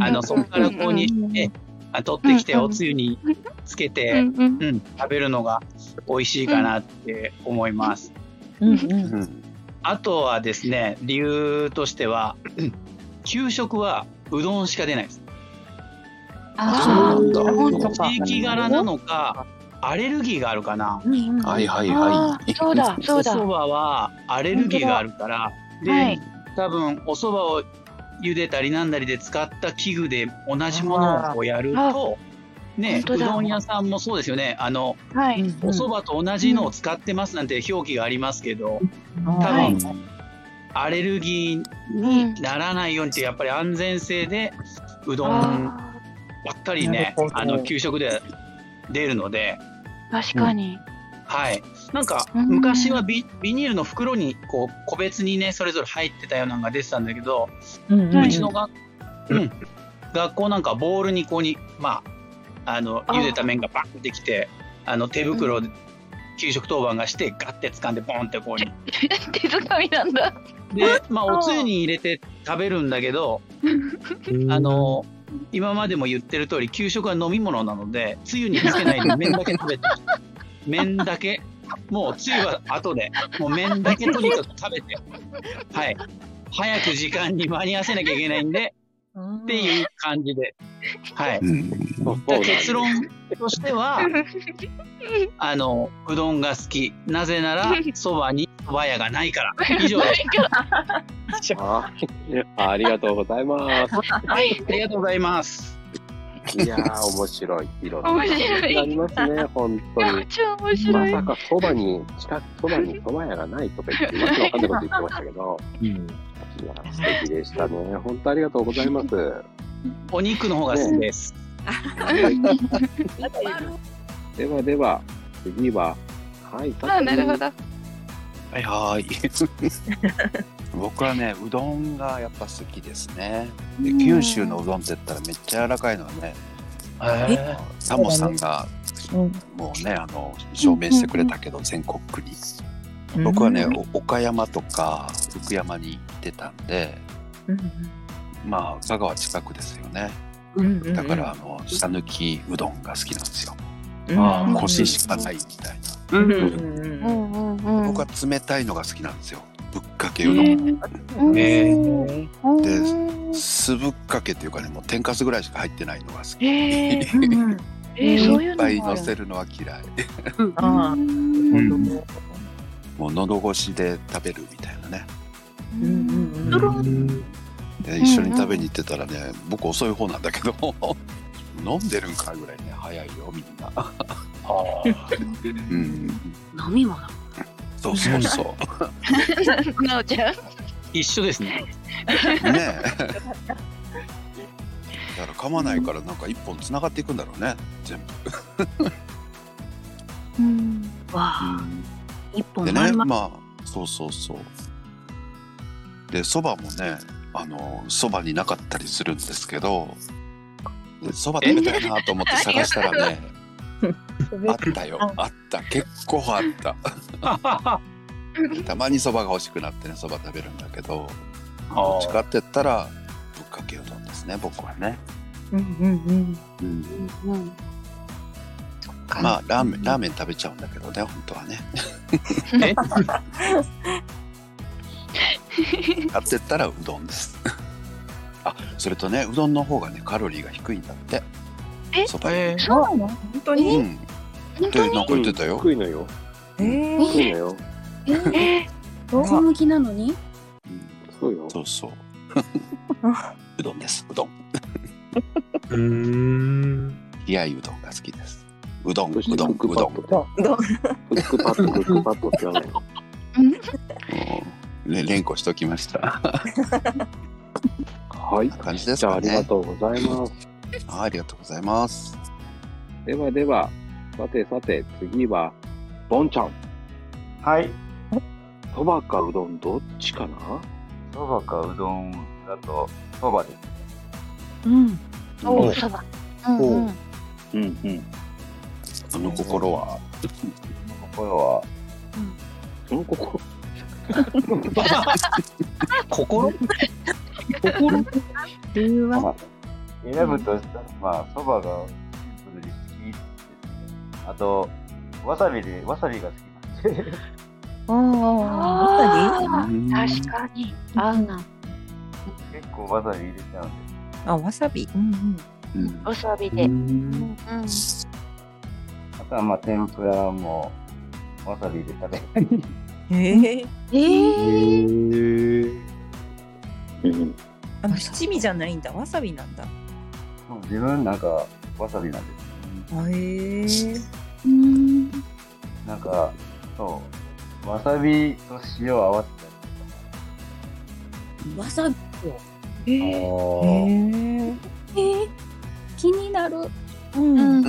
Speaker 8: あの、そこから購入して、あ取ってきて
Speaker 3: うんうん
Speaker 8: おつゆにつけ
Speaker 3: う
Speaker 8: て、
Speaker 3: んうん
Speaker 8: うん、食べるのが美味しいかなって思います。
Speaker 4: うん
Speaker 8: あとはですね、理由として
Speaker 4: (clears throat)
Speaker 8: は、給食はうどんしか出ないです。
Speaker 3: あ
Speaker 4: そうなんだ
Speaker 8: 地域柄なのか、アレルギーがあるかな。
Speaker 4: はいはい
Speaker 3: ーあ
Speaker 4: は
Speaker 3: ー
Speaker 4: い。
Speaker 3: そう
Speaker 4: (laughs)
Speaker 3: だそうだ
Speaker 8: お蕎麦はアレルギーがあるから、で、
Speaker 3: はい
Speaker 8: 多分お蕎麦を茹でたりなんだりで使った器具で同じものをこうやると、ね、
Speaker 3: 本当
Speaker 8: う
Speaker 3: だ
Speaker 8: どん屋さんもそうですよね。あの、
Speaker 3: はい
Speaker 8: お蕎麦と同じのを使ってますなんて表記がありますけど、多
Speaker 3: は
Speaker 8: 分
Speaker 3: い
Speaker 8: アレルギーにならないようにってやっぱり安全性でうどんば
Speaker 3: あ
Speaker 8: っかりね
Speaker 5: なるほ、ど
Speaker 8: あの給食で出るので、
Speaker 3: ー確かに
Speaker 8: はい、なんか
Speaker 3: うん
Speaker 8: 昔はビビニールの袋にこう個別にねそれぞれ入ってたようなのが出てたんだけど、う
Speaker 3: はいう
Speaker 8: ちのが、うん、学校なんかボールにこうにまああの
Speaker 3: あー
Speaker 8: 茹でた麺がバンってきてあの手袋で給食当番がしてガッて掴んでボンってこうに
Speaker 3: 手づかみなんだ
Speaker 8: で、まあ、おつゆに入れて食べるんだけどあの今までも言ってる通り給食は飲み物なのでつゆにつけないで麺だけ食べて麺だけもうつゆは後でもう麺だけとにかく食べてはい早く時間に間に合わせなきゃいけないんでっていう感じではい
Speaker 4: うん
Speaker 1: そうなんです
Speaker 8: 結論としてはあのうどんが好きなぜならそばにそば屋がないから以上です
Speaker 1: あありがとうございます。
Speaker 8: (laughs) はい、ありがとうございます。
Speaker 1: いやー、面白い。いろんな
Speaker 3: 面白い
Speaker 1: ありますね、本当
Speaker 3: めっ
Speaker 1: に。
Speaker 3: ちゃ面白
Speaker 1: ま
Speaker 3: い
Speaker 1: さかそばに、近く、そばにそば屋がないとか言って、わけわかんないこと言ってましたけど、いやー、素敵でしたね。本当ありがとうございます。
Speaker 8: お肉の方が好きです。
Speaker 1: ではでは、次は、はい、
Speaker 3: あなるほど
Speaker 4: はいはい。 (laughs) 僕はね、うどんがやっぱ好きですね。で九州のうどんって言ったらめっちゃ柔らかいのはね、
Speaker 8: え
Speaker 4: タモさんが、もうね、あの、証明してくれたけど、全国区に。僕はね、お岡山とか福山に行ってたんで、まあ、香川近くですよね。だから、あの、下抜きうどんが好きなんですよ。腰しかないみたいな。
Speaker 3: (laughs) うんうんうん
Speaker 4: 僕は冷たいのが好きなんですよ。ぶっかけうどん。
Speaker 3: うん
Speaker 8: えー
Speaker 3: うん
Speaker 4: で酢ぶっかけっていうかねもう天かすぐらいしか入ってないのが好き
Speaker 3: えーえーそうい
Speaker 4: いうっ
Speaker 3: のもあ
Speaker 4: ぱ
Speaker 3: る
Speaker 4: い乗せるのは嫌い (laughs)
Speaker 8: うん
Speaker 4: もう喉越しで食べるみたいなねで一緒に食べに行ってたらね、僕遅い方なんだけど (laughs) 飲んでるんかいぐらいね早いよみんな (laughs) うん
Speaker 9: 飲み物。
Speaker 4: そうそうそ
Speaker 3: なおちゃん
Speaker 8: (laughs) 一緒ですね。
Speaker 4: うねえだから噛まないからなんか一本つながっていくんだろうね全部、
Speaker 3: うん
Speaker 9: わあ、一本
Speaker 4: (laughs) でね
Speaker 9: 丸々。
Speaker 4: まあそうそうそうでそばもねあのそばになかったりするんですけどそば食べたいなと思って探したらねあったよあった結構あった
Speaker 10: (laughs)
Speaker 4: たまにそばが欲しくなってねそば食べるんだけどどっちかって言ったらぶっかけうどんですね、僕はね。
Speaker 2: うんうん
Speaker 4: うん、
Speaker 9: うんうん
Speaker 4: まあラーメン、ラーメン食べちゃうんだけどね、本当はね。
Speaker 11: え
Speaker 4: 買ってったらうどんです。あ、それとね、うどんの方がね、カロリーが低いんだって。
Speaker 10: え
Speaker 4: そばより。
Speaker 10: そうなの本当
Speaker 4: う
Speaker 10: に
Speaker 4: ん。
Speaker 10: 本
Speaker 4: ってな
Speaker 10: 当
Speaker 4: ん
Speaker 10: に
Speaker 4: か言ってたよ。
Speaker 1: 低いのよ。
Speaker 12: え
Speaker 1: 低いのよ。
Speaker 9: えー、
Speaker 10: え
Speaker 9: 横向きなのに
Speaker 4: うん
Speaker 1: そうよ。
Speaker 4: そうそう。うどんです。うどん。
Speaker 13: うーん。
Speaker 4: 冷やいうどんが好きです。うどん、
Speaker 1: そうして
Speaker 4: どん、
Speaker 1: クッ
Speaker 4: うどん。
Speaker 1: クパッドって。クックパッド、クックパッドって言わないの。
Speaker 4: うんね、連呼しておきました。
Speaker 1: はい
Speaker 4: こんな。感じです
Speaker 1: じゃあ
Speaker 4: か
Speaker 1: ありが
Speaker 4: ね。
Speaker 1: とうございます。
Speaker 4: あありがとうございます。
Speaker 1: ではでは、さてさて、次は、ボンちゃん。
Speaker 14: はい。
Speaker 1: そばかうどんどっちかな
Speaker 14: そばかうどんだと、そば
Speaker 1: (laughs)
Speaker 14: です。
Speaker 2: うん
Speaker 10: ー、おそば。うんうん。
Speaker 1: うんうん。
Speaker 4: その心は。
Speaker 14: 心は、
Speaker 1: その心、
Speaker 11: 心心
Speaker 3: (laughs)
Speaker 9: 理由は
Speaker 14: 選ぶとしたら、まあ、そばがシンプルに好きですね。あと、わさびで、わさびが好きなんで。
Speaker 12: あ
Speaker 10: あ
Speaker 4: わさ
Speaker 10: あ、
Speaker 4: び
Speaker 10: 確かに。合うな。
Speaker 14: 結構わさび入れちゃうんで。
Speaker 5: あわさび、うんうん、
Speaker 4: うん
Speaker 10: わさびで。うんうん。
Speaker 14: あとは、まあ、天ぷらも、わさびで食べたり。
Speaker 5: ええ
Speaker 10: えー、
Speaker 1: うん、
Speaker 5: あの七味じゃないんだわさびなんだ
Speaker 14: もう自分なんか、わさびなんです。
Speaker 5: へえ
Speaker 10: うん。
Speaker 14: なんか、そう、わさびと塩を合わせたり
Speaker 9: わさびを
Speaker 5: え
Speaker 14: とか。
Speaker 5: え
Speaker 14: ー
Speaker 9: えー、気になる
Speaker 10: うん。うん。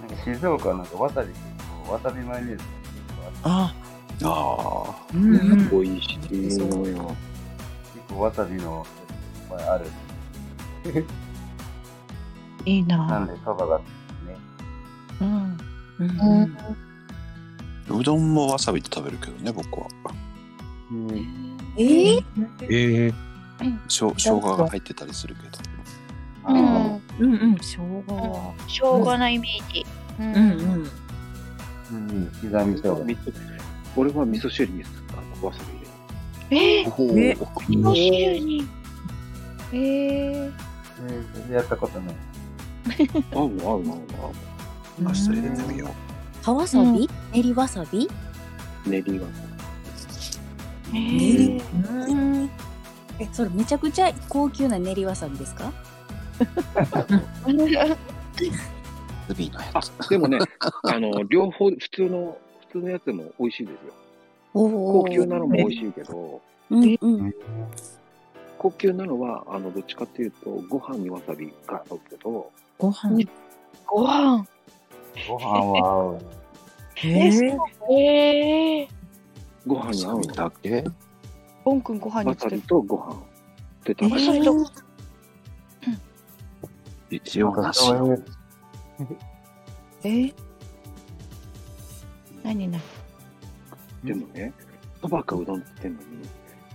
Speaker 14: なんか静岡はなんかわさび結構、わさびマヨネーズが結構あって
Speaker 5: あ
Speaker 4: ああ、
Speaker 5: うんうん
Speaker 1: 美味しいのよ。
Speaker 14: 結構わさびのいっぱいある。
Speaker 2: いい
Speaker 14: な
Speaker 2: なん
Speaker 14: で、そばが好きですね。
Speaker 2: うん
Speaker 5: うんうん
Speaker 4: うどんもわさびで食べるけどね、僕は。
Speaker 9: えー、
Speaker 13: ええ
Speaker 4: しょう、生姜が入ってたりするけど。
Speaker 14: あー
Speaker 5: うんうん生姜は
Speaker 10: しょうがないイメージ。う
Speaker 5: うん
Speaker 10: ん。
Speaker 5: うん
Speaker 14: うん、刻み生姜。
Speaker 1: 味噌俺は味噌汁にあのわさび入れ
Speaker 10: え
Speaker 1: る。
Speaker 10: ー、
Speaker 5: ね
Speaker 10: 味噌汁に。えー、
Speaker 14: え全然やったことない。
Speaker 1: 合う合う合う合
Speaker 4: 明日入れてみよ
Speaker 9: 葉わさび、練りわさび
Speaker 1: う。練りが。
Speaker 10: え
Speaker 9: 練
Speaker 10: ー、
Speaker 9: りうんえそれめちゃくちゃ高級な練りわさびですか
Speaker 4: う。ルビーのや
Speaker 1: あ、でもね、あの、両方、普通の、普通のやつも美味しいですよ。
Speaker 9: お
Speaker 1: 高級なのも美味しいけど、
Speaker 9: うんうん
Speaker 1: 高級なのは、あの、どっちかっていうと、ご飯にわさびが合うけど、
Speaker 5: ご飯
Speaker 10: ご飯。
Speaker 14: ご飯は合う。
Speaker 5: へ
Speaker 10: (laughs)
Speaker 5: え
Speaker 10: えー、
Speaker 1: ご飯に合うの。
Speaker 4: だけ。
Speaker 2: ボン君ご飯に
Speaker 1: わ
Speaker 2: つ
Speaker 1: さ
Speaker 2: け
Speaker 1: び
Speaker 2: て
Speaker 1: とご飯で食べ
Speaker 10: わ
Speaker 1: る
Speaker 10: さびと。
Speaker 4: 塩なし。
Speaker 2: えー何な
Speaker 1: でもね、そばかうどんって言ってんのに、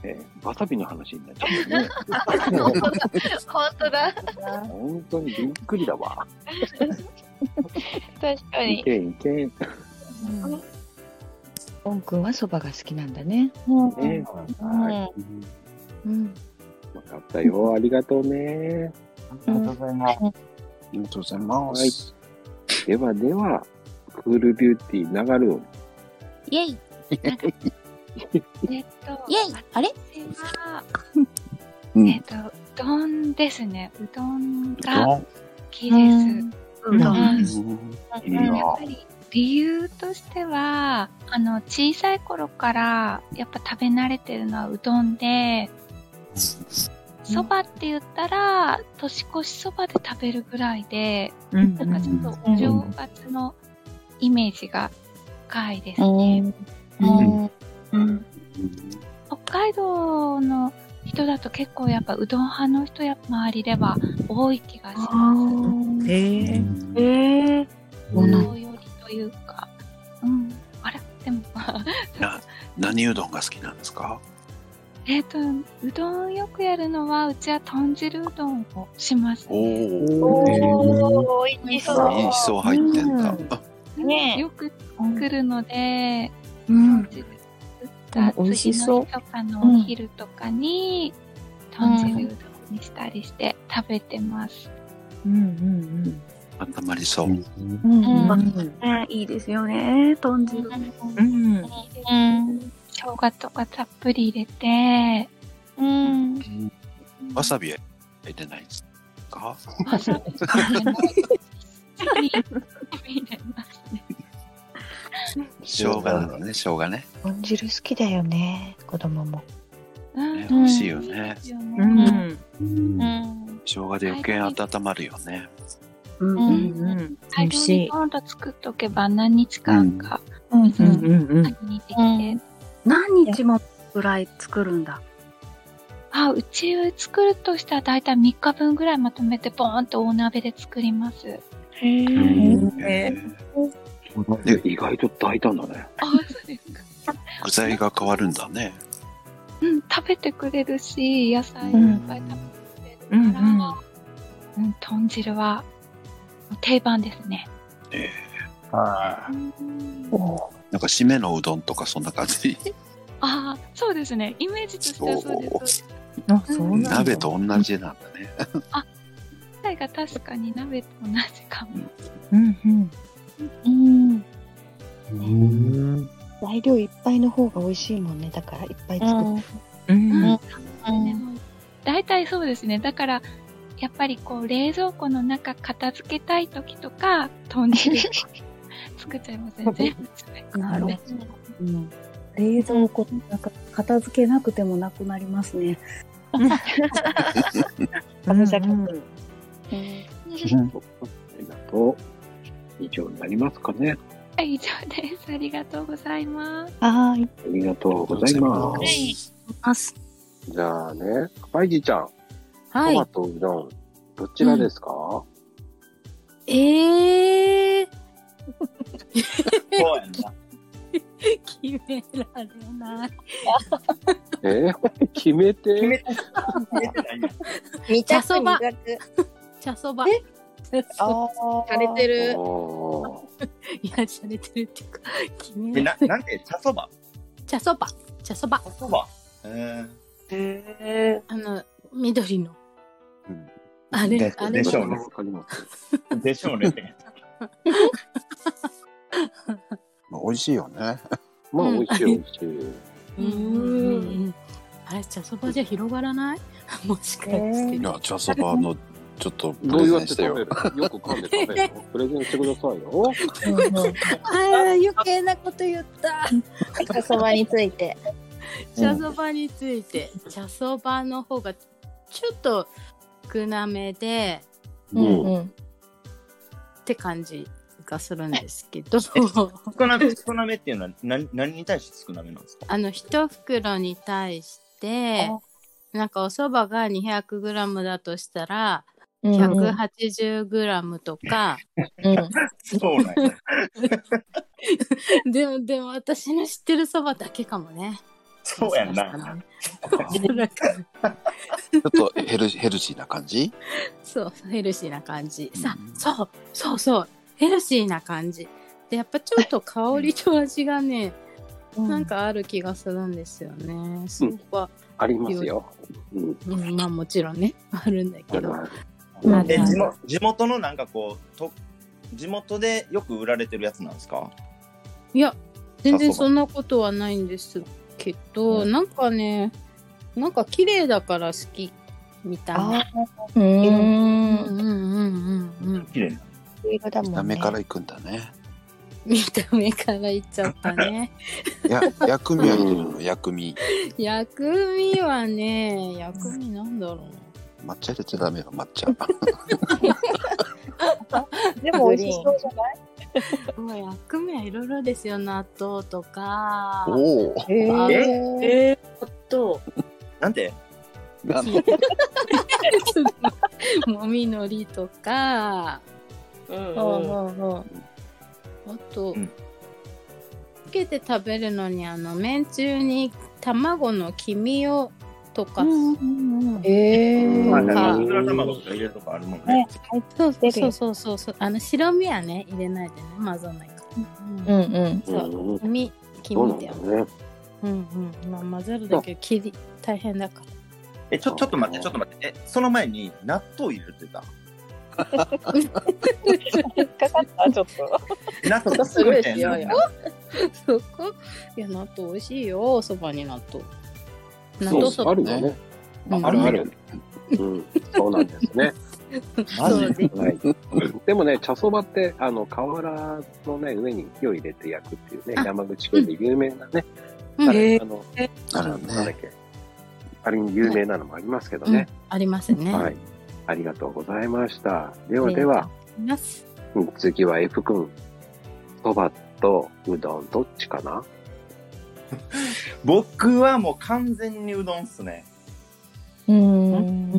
Speaker 1: えーわさびの話になっちゃったね。
Speaker 10: 本当だ。
Speaker 1: 本当にびっくりだわ。
Speaker 10: 確か
Speaker 1: い
Speaker 10: に。
Speaker 1: けんいけん。
Speaker 2: ボン君はそばが好きなんだね
Speaker 1: ね、は
Speaker 2: うん
Speaker 1: い。わかったよ。ありがとうね。
Speaker 14: ありがとうございます。
Speaker 4: ありがとうございます。
Speaker 1: ではでは、クールビューティーながるん。
Speaker 9: イエイイ
Speaker 2: (laughs)
Speaker 10: えっと、
Speaker 9: エイあれ
Speaker 10: 私は
Speaker 4: うん。
Speaker 10: えっと、うどんですね。うどん
Speaker 4: う
Speaker 10: が好きで
Speaker 9: うん
Speaker 10: す。うどん。
Speaker 4: どん。
Speaker 1: いいな
Speaker 10: やっぱり理由としては、あの、小さい頃からやっぱ食べ慣れてるのはうどんで、そばって言ったら、年越しそばで食べるぐらいで、
Speaker 5: うん
Speaker 10: なんかちょっとお正月のイメージが深いですね。
Speaker 2: ん
Speaker 10: うん
Speaker 9: うん
Speaker 10: 北海道の人だと結構やっぱうどん派の人や周りでは多い気がします。
Speaker 5: へえ
Speaker 10: へえ。
Speaker 2: そうなんだ
Speaker 10: 同寄りというか、うん。あれでも、 (laughs)
Speaker 4: 何うどんが好きなんですか。
Speaker 10: えっ、と、うどんよくやるのは、うちは豚汁うどんをします。
Speaker 4: お
Speaker 10: お
Speaker 4: お
Speaker 10: ー美味しそう
Speaker 4: いいそう入ってんだ。
Speaker 10: ね、よく作るので、豚汁作った
Speaker 15: うん美味し
Speaker 10: 次
Speaker 15: そ
Speaker 10: の
Speaker 15: う
Speaker 10: 日とかのお昼とかに、豚汁うどんにしたりして食べてます。
Speaker 15: うん
Speaker 4: 温まりそう。
Speaker 15: うんうん。ねいいですよね、豚汁。
Speaker 10: う
Speaker 15: うん。
Speaker 10: ん、生姜とかたっぷり入れて、うん、
Speaker 4: わさびは入れないんですか
Speaker 10: 入れますね。
Speaker 4: 生姜なのね、生姜ね。
Speaker 2: 豚汁好きだよね、子供も。
Speaker 4: ね美味しいよね。
Speaker 2: うん。
Speaker 10: うん。
Speaker 4: 生姜で余計温まるよね。
Speaker 10: うんうん。大量にポンと作っとけば何日間か
Speaker 15: うん
Speaker 10: うんうん煮てきて、
Speaker 15: 何日もぐらい作るんだ。
Speaker 10: あ、うちは作るとしたら大体3日分ぐらいまとめてボーンと大鍋で作ります。へえ。
Speaker 4: で意外と大胆だね。
Speaker 10: あ、そうですか。
Speaker 4: 具材が変わるんだね。
Speaker 10: うん、食べてくれるし、野菜もいっぱい食べてくれるから、うん、豚汁は定番ですね。
Speaker 4: ええなんか締めのうどんとかそんな感じ。
Speaker 10: ああ、そうですね。イメージとしてはそうです。
Speaker 15: あ、
Speaker 10: そうなんだ
Speaker 4: 鍋と同じなんだね。
Speaker 10: 野菜が確かに鍋と同じかも。
Speaker 15: うんうん。
Speaker 2: うん。
Speaker 16: うん。
Speaker 2: 材料いっぱいの方が美味しいもんね。だからいっぱい作って。
Speaker 16: うん。
Speaker 10: 大体そうですね。だから、やっぱりこう、冷蔵庫の中片付けたい時とか、豚汁作っちゃいますね。全部詰め込んで
Speaker 15: なるほど。うん。冷蔵庫の中、片付けなくてもなくなりますね。
Speaker 1: と、以上になりますかね。
Speaker 10: はい以上です。ありがとうございます。
Speaker 2: はい。
Speaker 1: ありがとうございま
Speaker 10: は
Speaker 1: す。
Speaker 10: い。
Speaker 1: じゃあね、スパイジーちゃん、
Speaker 15: はい
Speaker 1: トマトうどん、どちらですか、
Speaker 15: ええー。決められない。
Speaker 1: え (laughs) ー決めて。
Speaker 11: 見
Speaker 15: 茶
Speaker 11: た
Speaker 15: そば
Speaker 11: 苦
Speaker 15: 茶 (laughs) そば。えされてる。いや、されてるっていうか、決め
Speaker 14: え
Speaker 15: ら
Speaker 14: な
Speaker 15: れ
Speaker 14: なんで茶そば
Speaker 15: 茶そば。茶そば。
Speaker 14: そばえ
Speaker 15: えあの、緑の。あれ、あ
Speaker 14: ー、で
Speaker 15: れ
Speaker 14: しょう
Speaker 4: (laughs)
Speaker 14: ね。
Speaker 4: でしょうね。 (laughs) 美味しいよ
Speaker 15: (laughs)
Speaker 4: ね。
Speaker 15: まあ美味しい美
Speaker 1: 味しい。
Speaker 15: うん。あれ、茶そばじゃ広がらない (laughs) もしかして。
Speaker 4: いや、茶そばの、ちょっと、
Speaker 1: どうやって食
Speaker 4: して
Speaker 1: べる
Speaker 4: よ。
Speaker 1: よく噛んで食べ (laughs) るのプレゼンしてくださいよ。
Speaker 11: ああ、余計なこと言った。茶そばについて。
Speaker 15: 茶そばについて、茶そばの方がちょっと少なめで、
Speaker 11: うんうん
Speaker 15: って感じがするんですけど
Speaker 14: 少なめ少なめっていうのは何何に対して少なめなんですか
Speaker 15: あの一袋に対してなんかお蕎麦が 200g だとしたら
Speaker 11: うん
Speaker 15: 180g と (laughs) か、
Speaker 14: そうなんや。
Speaker 15: でもでも私の知ってる蕎麦だけかもね
Speaker 4: そうやんな。 (laughs) ちょっとヘルヘルシーな感じ
Speaker 15: そうヘルシーな感じさそうそうそうヘルシーな感じでやっぱちょっと香りと味がね、なんかある気がするんですよねそこは、
Speaker 1: ありますよ。うん。
Speaker 15: うん、まあもちろんねあるんだけど
Speaker 14: え地元地元のなんかこうと地元でよく売られてるやつなんですか
Speaker 15: いや全然
Speaker 14: あそう
Speaker 15: そんなことはないんですけど、なんかねなんか綺麗だから好きみたいな
Speaker 2: うーん。
Speaker 15: うんうんうんうん
Speaker 14: 綺麗な。
Speaker 2: 映画だもんね。
Speaker 4: ダメから行くんだね。
Speaker 15: 見た目からいっちゃったね
Speaker 4: や薬味は入れるの薬味。
Speaker 15: 薬味はね薬味なんだろ
Speaker 4: 抹茶入れちゃダメよ、抹茶。
Speaker 15: う
Speaker 11: でも美味しそうじ
Speaker 15: ゃない (laughs) もう薬味はいろいろですよ納豆とか
Speaker 4: おお
Speaker 15: えー、
Speaker 14: え
Speaker 15: えー、と
Speaker 14: なんで
Speaker 4: なん
Speaker 14: で
Speaker 15: (laughs) もみのりとか、
Speaker 11: うん
Speaker 15: あと、つけて食べるのにあの麺中に卵の黄身をとか。
Speaker 14: え
Speaker 15: え
Speaker 14: なんか、いくら卵とか入れるとかあるもんね。
Speaker 15: ねそう
Speaker 14: 出る
Speaker 15: そ
Speaker 14: よ
Speaker 15: うそうそうそうあの白身はね入れないでね混ざんないから
Speaker 14: うん
Speaker 6: うん
Speaker 15: そう
Speaker 14: うん
Speaker 15: 身黄身では
Speaker 14: そうなんだね
Speaker 15: うんうんまあ混ぜるだけ切り大変だか
Speaker 14: え、ちょ、ちょっと待って、ちょっと待って。え、その前に納豆入れるって言った
Speaker 15: ら
Speaker 2: 引っかかったちょっと
Speaker 14: 納 (laughs)
Speaker 15: そこ
Speaker 14: 豆
Speaker 15: すごい
Speaker 14: ね
Speaker 15: 強いよそこいや納豆美味しいよおそばに納豆納豆そば
Speaker 1: あるよね。
Speaker 15: うん
Speaker 1: あるある。うん、そうなんですね。
Speaker 15: マジで
Speaker 1: はいでもね、茶そばって、あの、瓦のね、上に火を入れて焼くっていうね、山口県で有名なね、
Speaker 15: うん
Speaker 1: あれ
Speaker 15: へー
Speaker 1: あの、なんだっけ、あれに有名なのもありますけどね。
Speaker 15: ありますね、
Speaker 1: はい。ありがとうございました。ではでは、
Speaker 15: なす
Speaker 1: うん次は F 君。そばとうどんどっちかな
Speaker 14: 僕はもう完全にうどんっすね。
Speaker 6: うん。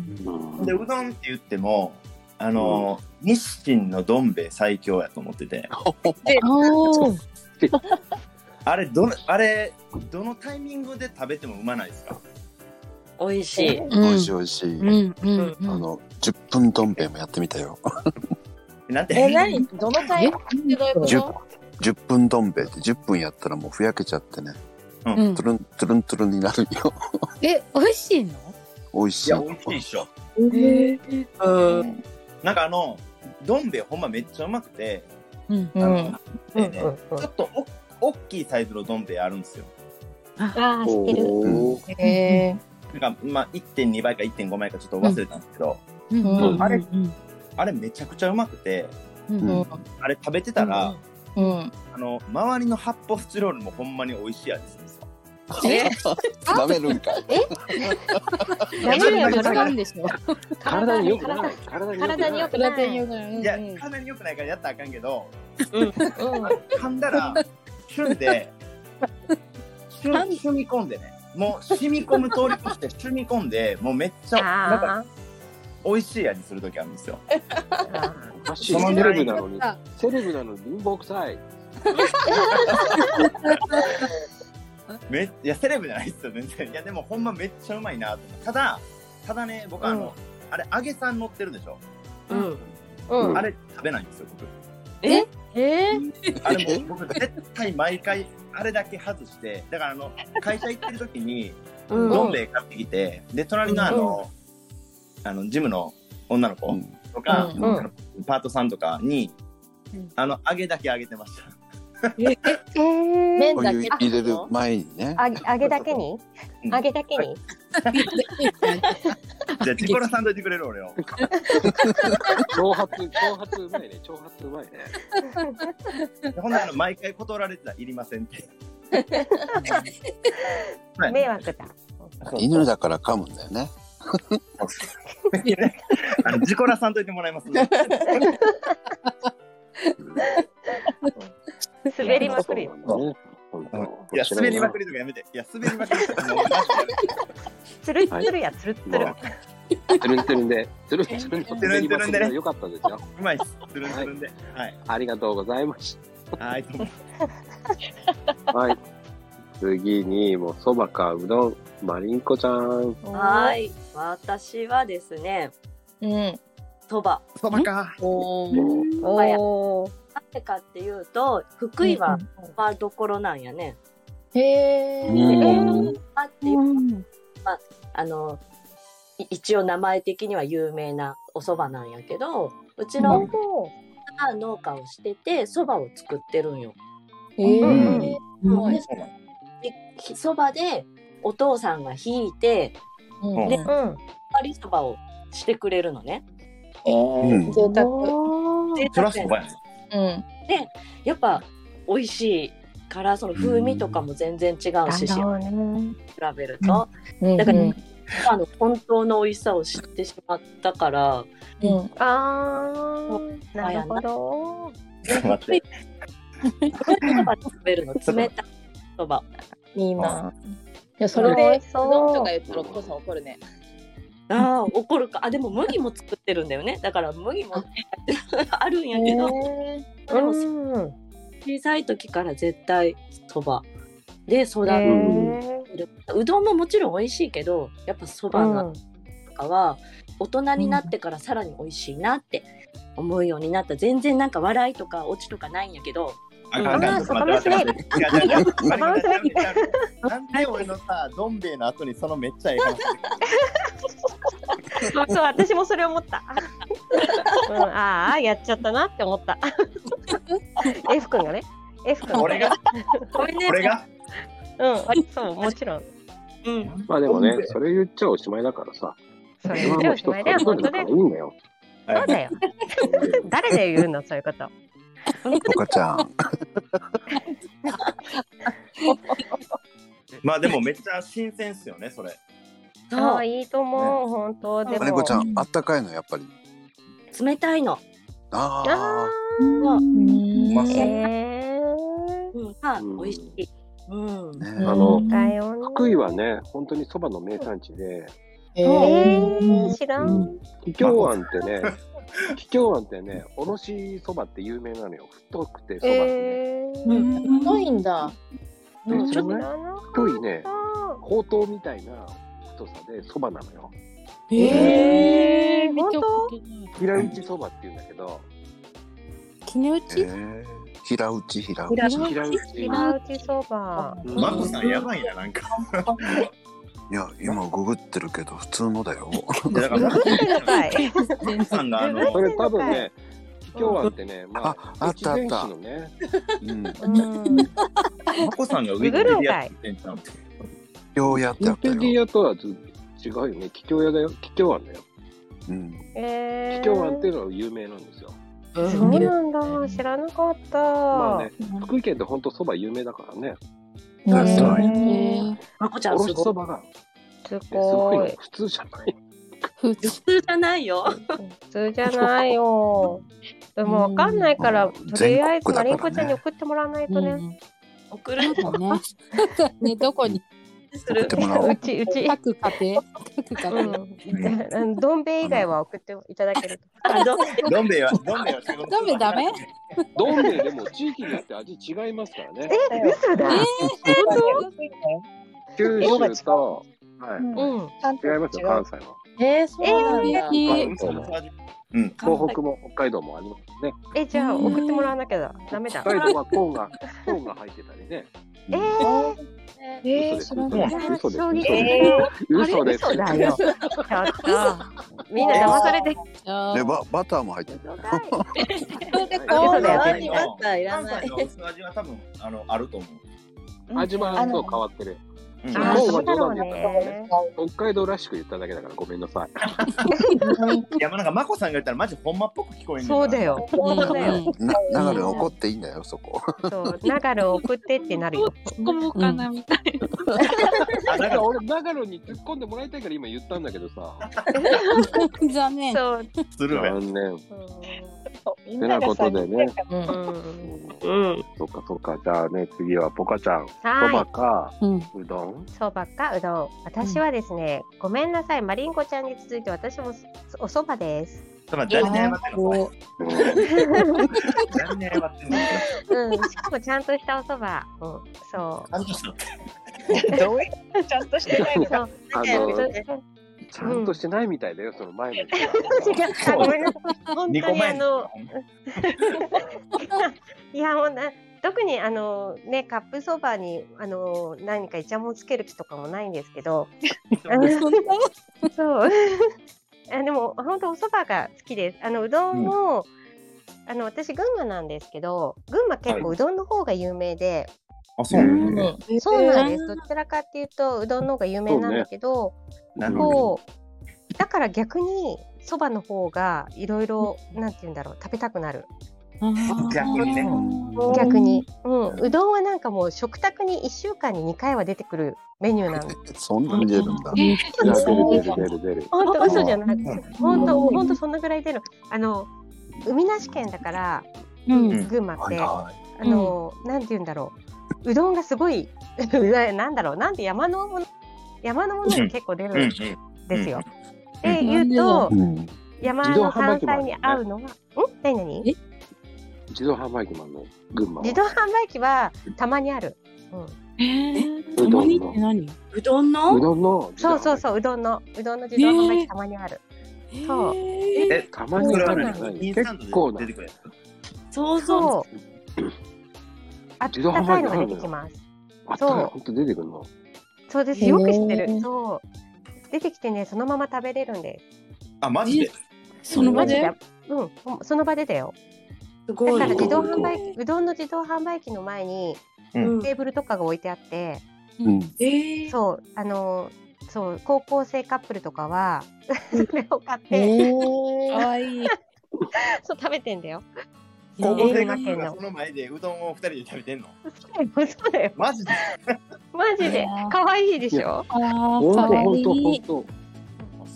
Speaker 14: で、うどんって言っても、あの、日清のどん兵衛最強やと思ってて。あれ、どの、あれ、どのタイミングで食べてもうまないですか
Speaker 17: 美味しい。
Speaker 4: 美味しい美味しい。
Speaker 15: うんうん
Speaker 4: あの、10分どん兵衛もやってみたよ。
Speaker 14: (laughs) なん
Speaker 17: え、何どのタイプってどういうこ
Speaker 4: 10
Speaker 17: と
Speaker 4: 10分どん兵衛って10分やったらもうふやけちゃってね。
Speaker 14: うん
Speaker 4: トゥルントゥルントゥルンになるよ。
Speaker 15: え美味しいの
Speaker 4: 美味しい。
Speaker 14: いや、美味しいっしょ。
Speaker 15: え
Speaker 14: うん。なんかあの、どん兵衛ほんまめっちゃうまくて、
Speaker 15: うん
Speaker 14: あのでねちょっとお大きいサイズのどん兵衛あるんですよ。
Speaker 15: あ
Speaker 14: 知ってるお
Speaker 6: へえ。
Speaker 14: なんか、まあ、1.2倍か1.5倍かちょっと忘れたんですけど、
Speaker 6: うん
Speaker 14: あれ、あれめちゃくちゃうまくて、
Speaker 6: うん
Speaker 14: あれ食べてたら、
Speaker 6: うん。
Speaker 14: あの、周りの発泡スチロールもほんまに美味しい味するんですよ。
Speaker 15: え
Speaker 4: 舐めるんかい。
Speaker 15: やめるやつ違うんでしょ
Speaker 1: 体に良くない。体に良くない。
Speaker 14: 体に良くない。いや、体に良くないからやったらあかんけど、噛んだら、シュンで、シュン、染み込んでね、もう染み込む通り越して染み込んで、もうめっちゃ、なんか、美味しい味するときあるんですよ。
Speaker 1: おかしいセレブなのに、セレブなのに貧乏臭い。
Speaker 14: めいやセレブじゃないですよ全然いやでもほんまめっちゃうまいなと思ってただただね僕あの、あれ揚げさん乗ってるでしょうん、
Speaker 17: うん
Speaker 14: あれ食べないんですよ僕
Speaker 17: ええ
Speaker 14: あれもう僕絶対毎回あれだけ外してだからあの会社行ってる時に
Speaker 17: うん
Speaker 14: どん兵衛買ってきてで隣のあの,、あのジムの女の子とか、
Speaker 17: うんうん
Speaker 14: パートさんとかに、
Speaker 17: うん
Speaker 14: あの揚げだけ揚げてました
Speaker 17: 麺
Speaker 4: お
Speaker 17: だ
Speaker 4: 湯
Speaker 17: け
Speaker 4: 入れる前にね。
Speaker 17: あ揚げだけに揚げだけに
Speaker 14: じゃあチコラさんといてくれる俺を
Speaker 1: (laughs) 挑発、挑発うまいね。挑発うまいね。
Speaker 14: ほんなら毎回断られてたいりませんって
Speaker 17: 迷惑だ
Speaker 4: 犬だから噛むんだよね。
Speaker 14: (laughs) あのジコラさんといてもらい
Speaker 18: (laughs)
Speaker 14: ますね。
Speaker 17: 滑りまくるよ
Speaker 14: いや滑りまくりとかやめて。いや滑りまくりとかもうマジで
Speaker 17: つるっつるやつるっつる
Speaker 1: (laughs) つるんつるんで、つるんつるんと滑りまくりが良かったですよ。
Speaker 14: うまいです。つるんつるんで。はい。
Speaker 1: ありがとうございまし
Speaker 14: はい。どうも
Speaker 1: た。 (laughs) はい。次に、もう、そばかうどん、マリンコちゃん。
Speaker 17: はーい私はですね
Speaker 6: うん。
Speaker 17: そば
Speaker 14: そばか
Speaker 17: お
Speaker 6: お
Speaker 17: ーなんでかっていうと福井はそばどころなんやね、
Speaker 6: へえ。
Speaker 17: あっていう、まあ、あのい一応名前的には有名なお蕎麦なんやけどうちの母が農家をしてて蕎麦を作ってるんよ。
Speaker 6: へー
Speaker 17: うんでひそばでお父さんがひいて、
Speaker 6: うん
Speaker 17: で、
Speaker 6: うん
Speaker 17: 割りそばをしてくれるのね。
Speaker 6: うん
Speaker 17: 贅沢
Speaker 14: 贅そらそばやね
Speaker 6: うん。
Speaker 17: でやっぱ美味しいからその風味とかも全然違うし、
Speaker 6: だろう
Speaker 17: 比べると、
Speaker 6: うん
Speaker 17: だから、
Speaker 6: うん
Speaker 17: あの本当の美味しさを知ってしまったから、
Speaker 6: うん。
Speaker 17: ああなるほど
Speaker 14: 待って
Speaker 17: そば食べる
Speaker 14: (laughs)
Speaker 17: の冷たいそば
Speaker 6: いいな。いや、
Speaker 17: そ
Speaker 6: そ
Speaker 17: れ
Speaker 6: れ
Speaker 17: で
Speaker 6: で、
Speaker 17: う
Speaker 6: とか言ったらお父さん怒るね。
Speaker 17: ああ怒るかあでも麦も作ってるんだよねだから麦も (laughs) あるんやけど、でも小さい時から絶対そばで育っ
Speaker 6: へ
Speaker 17: て
Speaker 6: ー
Speaker 17: る、うどんももちろん美味しいけどやっぱそば
Speaker 11: う
Speaker 17: の
Speaker 11: ん
Speaker 17: とかは大人になってからさらに美味しいなって思うようになった全然なんか笑いとかオチとかないんやけど。
Speaker 14: あかんあかん
Speaker 17: うん
Speaker 14: ちょっと待って待って待っていやちょっと待って待ってなんで俺のさ、どん兵衛の後にそのめっちゃええ話。
Speaker 18: そうそう、私もそれ思った。うん、ああ、やっちゃったなって思った。F 君がね。F 君
Speaker 14: 俺が
Speaker 18: ごめんね。
Speaker 14: 俺が
Speaker 18: うん、そう、もちろん。
Speaker 1: うん、まあでもね、それ言っちゃおしまいだからさ。
Speaker 18: それ言っちゃおしまいだよ
Speaker 1: それはもう一つのことだからいいんだよ。
Speaker 18: そうだよ。誰だよ、言うの、そういうこと。
Speaker 4: 岡ちゃん。
Speaker 14: まあでもめっちゃ新鮮っすよね、それ。
Speaker 18: ああ、いいと思う、本当。で
Speaker 4: 金子
Speaker 18: も
Speaker 4: ちゃん、あったかいの、やっぱり。
Speaker 17: 冷たいの。
Speaker 4: あ
Speaker 18: あ
Speaker 17: う
Speaker 4: まそう
Speaker 18: え
Speaker 17: うん、は美味しい。うん。
Speaker 1: あの
Speaker 18: だよね、
Speaker 1: 福井はね、本当にそばの名産地で、
Speaker 18: えー、知らん。
Speaker 1: 桔梗庵ってね、 (laughs) 桔梗庵ってね、おろしそばって有名なのよ。太くてそばって
Speaker 18: え
Speaker 15: ー、太いんだ。
Speaker 1: で
Speaker 15: うん
Speaker 1: そのね
Speaker 15: ちょっ
Speaker 1: 太いね、ほうとうみたいな太さでそばなのよ。
Speaker 15: え
Speaker 18: ー、本当
Speaker 1: 平打ちそばって言うんだけど、
Speaker 15: 絹打ち、
Speaker 4: 平打ち、平打
Speaker 18: 平打
Speaker 4: ち。
Speaker 18: ち平打ちそば。
Speaker 14: マコさんやばいな、なんか。
Speaker 4: いや、今ググってるけど、普通のだよ。
Speaker 14: だから
Speaker 18: ググってんの
Speaker 14: (laughs)
Speaker 18: かい
Speaker 14: さんがあ
Speaker 1: のそれ多分ね、桔梗庵ってね、まあ、
Speaker 4: あったあった
Speaker 1: 越前市のね、
Speaker 14: マコさんがウィキペ
Speaker 1: ググ
Speaker 14: デ
Speaker 1: るん
Speaker 14: ィ
Speaker 1: か
Speaker 14: ア
Speaker 1: い
Speaker 14: って言ってんちゃうん
Speaker 4: 京屋って
Speaker 1: ウィキペディアとはず違うよね。桔梗屋だよ。桔梗庵だよ。
Speaker 4: うん。
Speaker 18: えー、
Speaker 1: 桔梗庵っていうのは有名なんですよ。
Speaker 18: そうなんだ、知らなかった。
Speaker 1: まあね、福井県って本当そば有名だからね。
Speaker 18: 確か
Speaker 1: に。
Speaker 17: まこちゃん
Speaker 1: おろ
Speaker 17: す
Speaker 1: し
Speaker 17: ごい
Speaker 1: そばが
Speaker 18: す
Speaker 1: すご
Speaker 18: ご
Speaker 1: い
Speaker 18: い。
Speaker 1: 普通じゃない。
Speaker 17: 普通じゃないよ。
Speaker 18: 普通じゃないよ。でもわかんないから、とりあえずマリンコちゃんに送ってもらわないとね。
Speaker 17: 送る
Speaker 15: のね。ねどこに
Speaker 17: 送って
Speaker 4: もらおう
Speaker 18: うちうち
Speaker 15: 各家庭各家庭。
Speaker 18: うんどん兵衛以外は送っていただけると。
Speaker 14: どん兵衛は、どん兵衛は仕事。
Speaker 15: ダメダメ。
Speaker 1: (laughs) どん兵衛でも地域によって味違いますからね。
Speaker 18: え嘘だ。
Speaker 1: 九州と、はい、
Speaker 18: うん。
Speaker 1: 違いますよ、関西は。
Speaker 18: えー、そうなんだ。
Speaker 1: うん、東北も北海道もありますね。
Speaker 18: えじゃあ送ってもらわなきゃだ。ダメだ。
Speaker 1: 北海道はコーン (laughs) が、コーンが入ってたりね。
Speaker 18: えー、えー、
Speaker 1: 嘘
Speaker 18: 知ら
Speaker 1: で
Speaker 18: な
Speaker 1: す
Speaker 18: い。
Speaker 1: 嘘です
Speaker 18: 衝撃
Speaker 1: 嘘です嘘です
Speaker 18: あれ嘘だよ。ちょっと、みんな騙されて。
Speaker 4: で、ば、バターも入ってる。
Speaker 18: 嘘だよ
Speaker 14: 関
Speaker 18: 絶
Speaker 14: 西
Speaker 18: 対
Speaker 14: の
Speaker 18: いらな
Speaker 14: 関西
Speaker 18: い
Speaker 14: の薄味は多分、あの、あると思う。
Speaker 1: 味はそう変わってる。うんコーンは冗談で言ったからね。北海道らしく言っただけだから、ごめんなさい。
Speaker 14: (laughs) いや、まあなんか、まこさんが言ったら、マジほんまっぽく聞こえんねんな
Speaker 18: そうだよ。そうだよ。
Speaker 4: な、流れ怒っていいんだよ、そこ。
Speaker 18: そう、流れを送ってってなるよ。こもかなみたい
Speaker 1: あだから俺、長野に突っ込んでもらいたいから今言ったんだけどさ。
Speaker 15: 残念。
Speaker 18: そう。
Speaker 1: 鶴瓶。残念。
Speaker 15: み
Speaker 1: てなことでね。
Speaker 18: うん。
Speaker 1: うん。そっかそっか。じゃあね、次はポカちゃん。そ
Speaker 18: はい
Speaker 1: ばか、うどん。
Speaker 18: そばかうどん。私はですね、ごめんなさい、マリンコちゃんに続いて私もおおそばです。
Speaker 14: ちょっと待って、誰に謝ってんのこれ誰に謝ってんの
Speaker 18: うん、しかもちゃんとしたおそば。うん、そう。
Speaker 14: ちゃんとしたって。
Speaker 18: どういうちゃんとしてないのか。
Speaker 1: あのちゃんとしてないみたいだよ、その前の人が。
Speaker 18: あごめんなさい。本
Speaker 1: 二
Speaker 18: 当
Speaker 1: 個
Speaker 18: にあ
Speaker 1: 前
Speaker 18: の。 (laughs) いや、もうな。特にあのねカップそばにあの何かイチャモンつける気とかもないんですけど、あのそう。 (laughs) あでも本当お蕎麦が好きです。あのうどんも、あの私群馬なんですけど、群馬結構
Speaker 11: はいう
Speaker 18: どんの方が有名で、
Speaker 14: あ、そうなん
Speaker 18: だそうなんです。どちらかっていうとうどんの方が有名なんだけど、
Speaker 14: なるほ
Speaker 18: こうだから逆に蕎麦の方がいろいろなんて言うんだろう食べたくなる。
Speaker 14: ど。逆にね。
Speaker 18: 逆に、うん、うどんはなんかもう食卓に1週間に2回は出てくるメニューなの。
Speaker 4: そんなに出るんだ。
Speaker 18: うん
Speaker 4: いや出る出る出る出る。
Speaker 18: 本当嘘じゃ
Speaker 4: い。
Speaker 18: なくて、本当本当そんなぐらい出る。あの海なし県だから、
Speaker 4: うん
Speaker 18: 群馬って、
Speaker 4: はいは
Speaker 18: あの、なんて言うんだろう、うどんがすごい (laughs) ななんだろう、なんて山のもの山のものが結構出るんですよ。で言うと、
Speaker 4: うん
Speaker 18: 山の山菜に合うのは、ん何何？
Speaker 1: 自動販売機もあんの、群馬は
Speaker 18: 自。動販売機はたまにある。うん
Speaker 15: たまにって何
Speaker 17: うどん
Speaker 18: の
Speaker 1: うどんの
Speaker 18: そうそうそううどんのうどんの自動販売機たまにある、そう
Speaker 1: え、たまにある
Speaker 18: そ
Speaker 1: の
Speaker 18: う
Speaker 1: に結構な。
Speaker 18: そうそうあ
Speaker 1: 自動販
Speaker 18: ったか
Speaker 1: 売
Speaker 18: いのが
Speaker 1: 機ある
Speaker 18: 出てきます
Speaker 1: あった
Speaker 18: そう
Speaker 1: らほんと出てくるの。
Speaker 18: そうです
Speaker 1: へー
Speaker 18: よく知ってるそう出てきてねそのまま食べれるんです
Speaker 14: あ、マジで。
Speaker 18: その場でうんその場でだよ
Speaker 17: す
Speaker 14: ごい
Speaker 18: だから自動販売機うどんの自動販売機の前
Speaker 14: う
Speaker 18: に、
Speaker 14: ん
Speaker 18: テーブルとかが置いてあって、
Speaker 14: うん
Speaker 18: そうあのそう高校生カップルとかはそれを買って、
Speaker 14: おーかわ
Speaker 18: い (laughs) そう食べてんだよ
Speaker 14: 高校生
Speaker 18: 群馬
Speaker 14: 学
Speaker 18: 県
Speaker 14: が
Speaker 18: の
Speaker 14: その前でうどんを二人で食べてんの。
Speaker 18: そうだよ
Speaker 14: マジで。
Speaker 18: マジで可愛いでしょ
Speaker 14: いやあ
Speaker 4: ー可愛い
Speaker 1: 当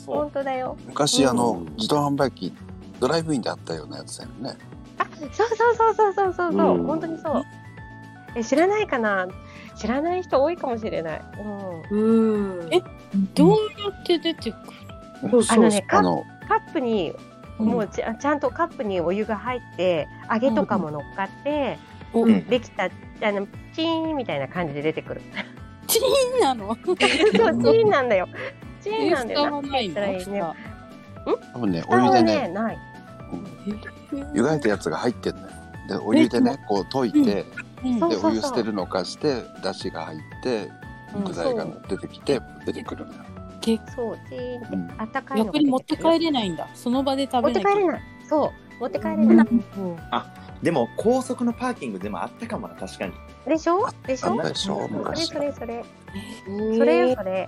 Speaker 18: 本当だよ
Speaker 4: 昔、
Speaker 18: うん
Speaker 4: あの自動販売機ドライブインであったようなやつだよね。
Speaker 18: あそうそうそうそうそうそうそう、
Speaker 4: うん
Speaker 18: 本当にそうえ知らないかな知らない人多いかもしれないうん、うん、えどうやって出てく
Speaker 4: そうそう
Speaker 18: あのねカ
Speaker 4: あ
Speaker 18: ッ
Speaker 4: の
Speaker 18: カップにもうちゃちゃんとカップにお湯が入って揚げとかも乗っかって、
Speaker 15: うん
Speaker 18: できたあのチーンみたいな感じで出てくる
Speaker 15: チーンなのそうチ
Speaker 18: そうチーンなん (laughs) だよチーンなんだ
Speaker 15: 蓋
Speaker 18: よ
Speaker 15: はないの
Speaker 18: なんて言ったらいいね
Speaker 4: 多分ね、
Speaker 18: 蓋
Speaker 4: お湯
Speaker 18: は
Speaker 4: で
Speaker 18: ね
Speaker 4: ね、
Speaker 18: ない
Speaker 4: 湯がいたやつが入ってんのよ。で、お湯でね、こう溶いて、
Speaker 18: うん
Speaker 4: で、
Speaker 18: そうそうそう
Speaker 4: お湯捨てるのかして、出汁が入って、
Speaker 18: うん
Speaker 4: 具材が出てきて、出てくるのよ。
Speaker 18: そうチーンって
Speaker 4: うん
Speaker 18: あったかいの
Speaker 15: 逆
Speaker 18: が
Speaker 15: に持って帰れないんだその場で食
Speaker 18: 持
Speaker 15: べ
Speaker 18: って
Speaker 15: なき
Speaker 18: 帰
Speaker 15: ゃ
Speaker 18: れないそう持って帰れない、
Speaker 14: あ、でも高速のパーキングでもあったかもな、確かに。
Speaker 18: でしょでし
Speaker 14: あっ
Speaker 18: ょ
Speaker 14: たでしょ昔
Speaker 18: それそれそれそれよそれ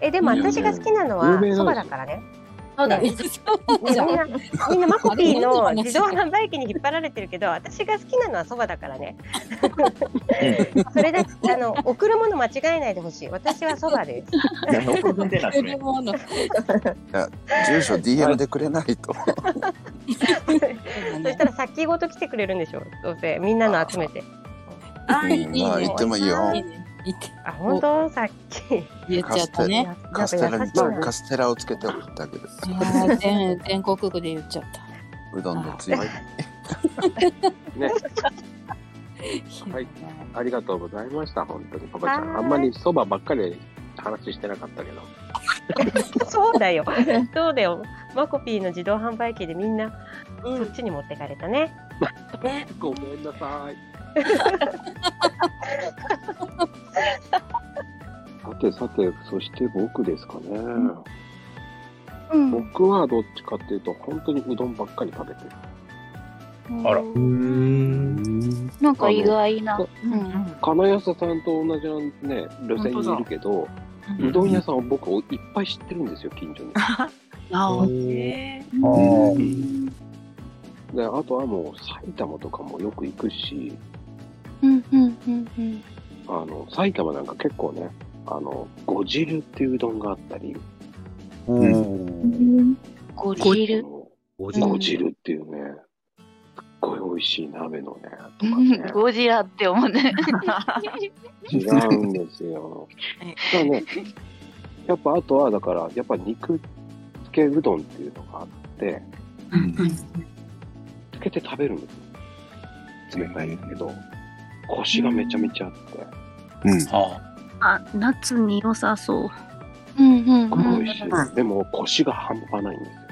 Speaker 18: えでも
Speaker 14: いいよね
Speaker 18: 私が好きなの
Speaker 14: 有名なんで
Speaker 18: は
Speaker 14: すよ
Speaker 18: そばだからね
Speaker 17: そうだね
Speaker 18: ねみんなみんなマコピーの自動販売機に引っ張られてるけど私が好きなのはそばだからねそれだあの贈るもの間違えないでほしい私はそばです
Speaker 4: いや、住所 DM でくれないと。
Speaker 18: そしたら先ごと来てくれるんでしょどうせみんなの集めて
Speaker 4: うんまあ、言ってもいいよ。
Speaker 18: あ本当さっき言
Speaker 4: カステラ、カステラに
Speaker 18: な
Speaker 4: カステラをつけて送ってあげる。
Speaker 15: あー全全国区で言っちゃった
Speaker 4: うどんのつゆ。
Speaker 1: ね。はい、ありがとうございました、本当に、パパちゃん。あんまりそばばっかり話してなかったけど。
Speaker 18: (laughs) そうだよ。そうだよ。マコピーの自動販売機でみんな、そっちに持ってかれたね。
Speaker 1: ごめんなさい。さてさて、そして僕ですかね。僕はどっちかっていうと、本当にうどんばっかり食べてる。
Speaker 14: あら。
Speaker 3: なんか意外な。
Speaker 1: 金谷さんと同じね、路線にいるけど、うどん屋さんを僕いっぱい知ってるんですよ、近所に。
Speaker 3: あ
Speaker 1: であとはもう埼玉とかもよく行くし、
Speaker 3: うんうんうんうん。
Speaker 1: あの、埼玉なんか結構ね、あの、ご汁っていううどんがあったり、
Speaker 3: ごじる。
Speaker 1: ご
Speaker 3: 汁
Speaker 1: 汁っていうね、すっごい美味しい鍋のね、
Speaker 3: ゴジラって思う
Speaker 5: (laughs)
Speaker 3: ね。
Speaker 1: 違うんですよ。だからね、やっぱあとはだから、やっぱ肉つけうどんっていうのがあって、つけて食べるんですよ。冷たいんだけど、コシがめちゃめちゃあって。うん。
Speaker 9: あ、夏に良さそう。
Speaker 3: うんうん
Speaker 1: すごい美味しい。でも、コシが半端ないんですよ。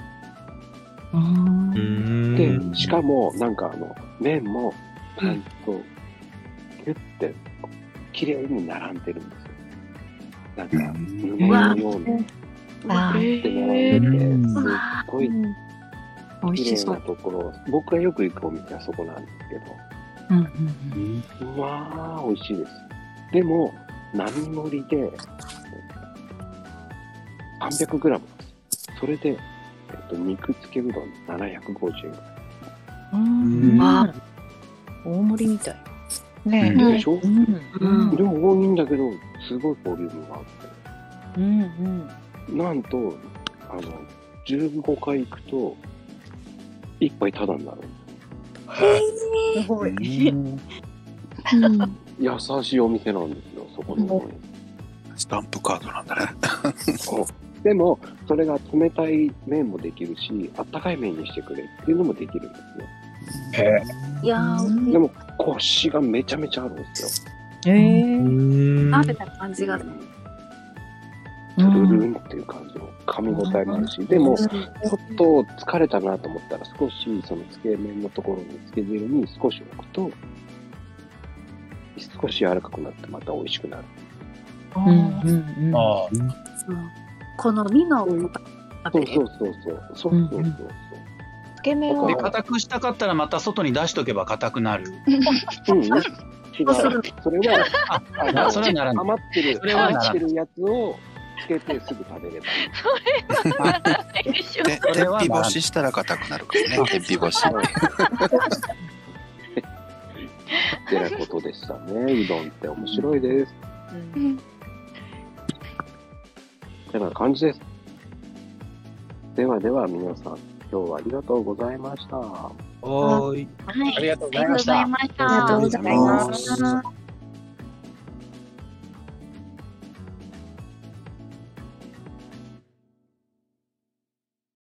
Speaker 1: で、しかも、なんかあの、麺も、ちゃんと、キュッて、綺麗に並んでるんですよ。なんか、布のように。
Speaker 9: わあ
Speaker 1: って並んでて、
Speaker 9: うん
Speaker 1: すっごい
Speaker 9: 美味
Speaker 1: 綺
Speaker 9: し
Speaker 1: 麗
Speaker 9: そ
Speaker 1: な
Speaker 9: う。
Speaker 1: ところ、僕がよく行くお店はそこなんですけど、まあ、美味しいです。でも、並盛りで、300g なんです。それで、えっと、肉付けうどん750円。
Speaker 9: うん。あ、大盛りみたい。ねえ
Speaker 1: でしょ、
Speaker 9: うん
Speaker 1: 量多いんだけど、すごいボリュームがあっ
Speaker 9: うんうん。
Speaker 1: て。なんと、あの、15回行くと、1杯タダになる。
Speaker 9: すごい。 (laughs)
Speaker 1: 優しいお店なんですよ、そこの。
Speaker 4: スタンプカードなんだね。
Speaker 1: そうでも、それが冷たい麺もできるし、あったかい麺にしてくれっていうのもできるんですよ。
Speaker 9: いやー
Speaker 1: でも、コシがめちゃめちゃあるんですよ。
Speaker 9: ええ。
Speaker 1: う
Speaker 9: 食べた感じが。
Speaker 1: トゥルルンっていう感じの噛み応えもあるし、でも、ちょっと疲れたなと思ったら、少しそのつけ麺のところに、つけ汁に少し置くと、少し柔らかくなってまた美味しくなる。あ
Speaker 9: 好みの
Speaker 1: そうそうそうそう。そうそうそう。
Speaker 2: つけ麺
Speaker 8: で、硬くしたかったらまた外に出しとけば硬くなる。
Speaker 1: うんうん違う。それは、あの
Speaker 8: それはならない
Speaker 1: 余ってる、
Speaker 8: それはなら
Speaker 1: 余
Speaker 8: ない
Speaker 1: ってるやつをつけてすぐ食べればいい。
Speaker 4: で天日干ししたら硬くなるからね。天日干し。
Speaker 1: ってなことでしたね。うどんって面白いです。てな感じです。ではでは皆さん、今日はありがとうございました。
Speaker 7: おーい。
Speaker 1: ありがと
Speaker 7: うございました
Speaker 1: ありがとうございました。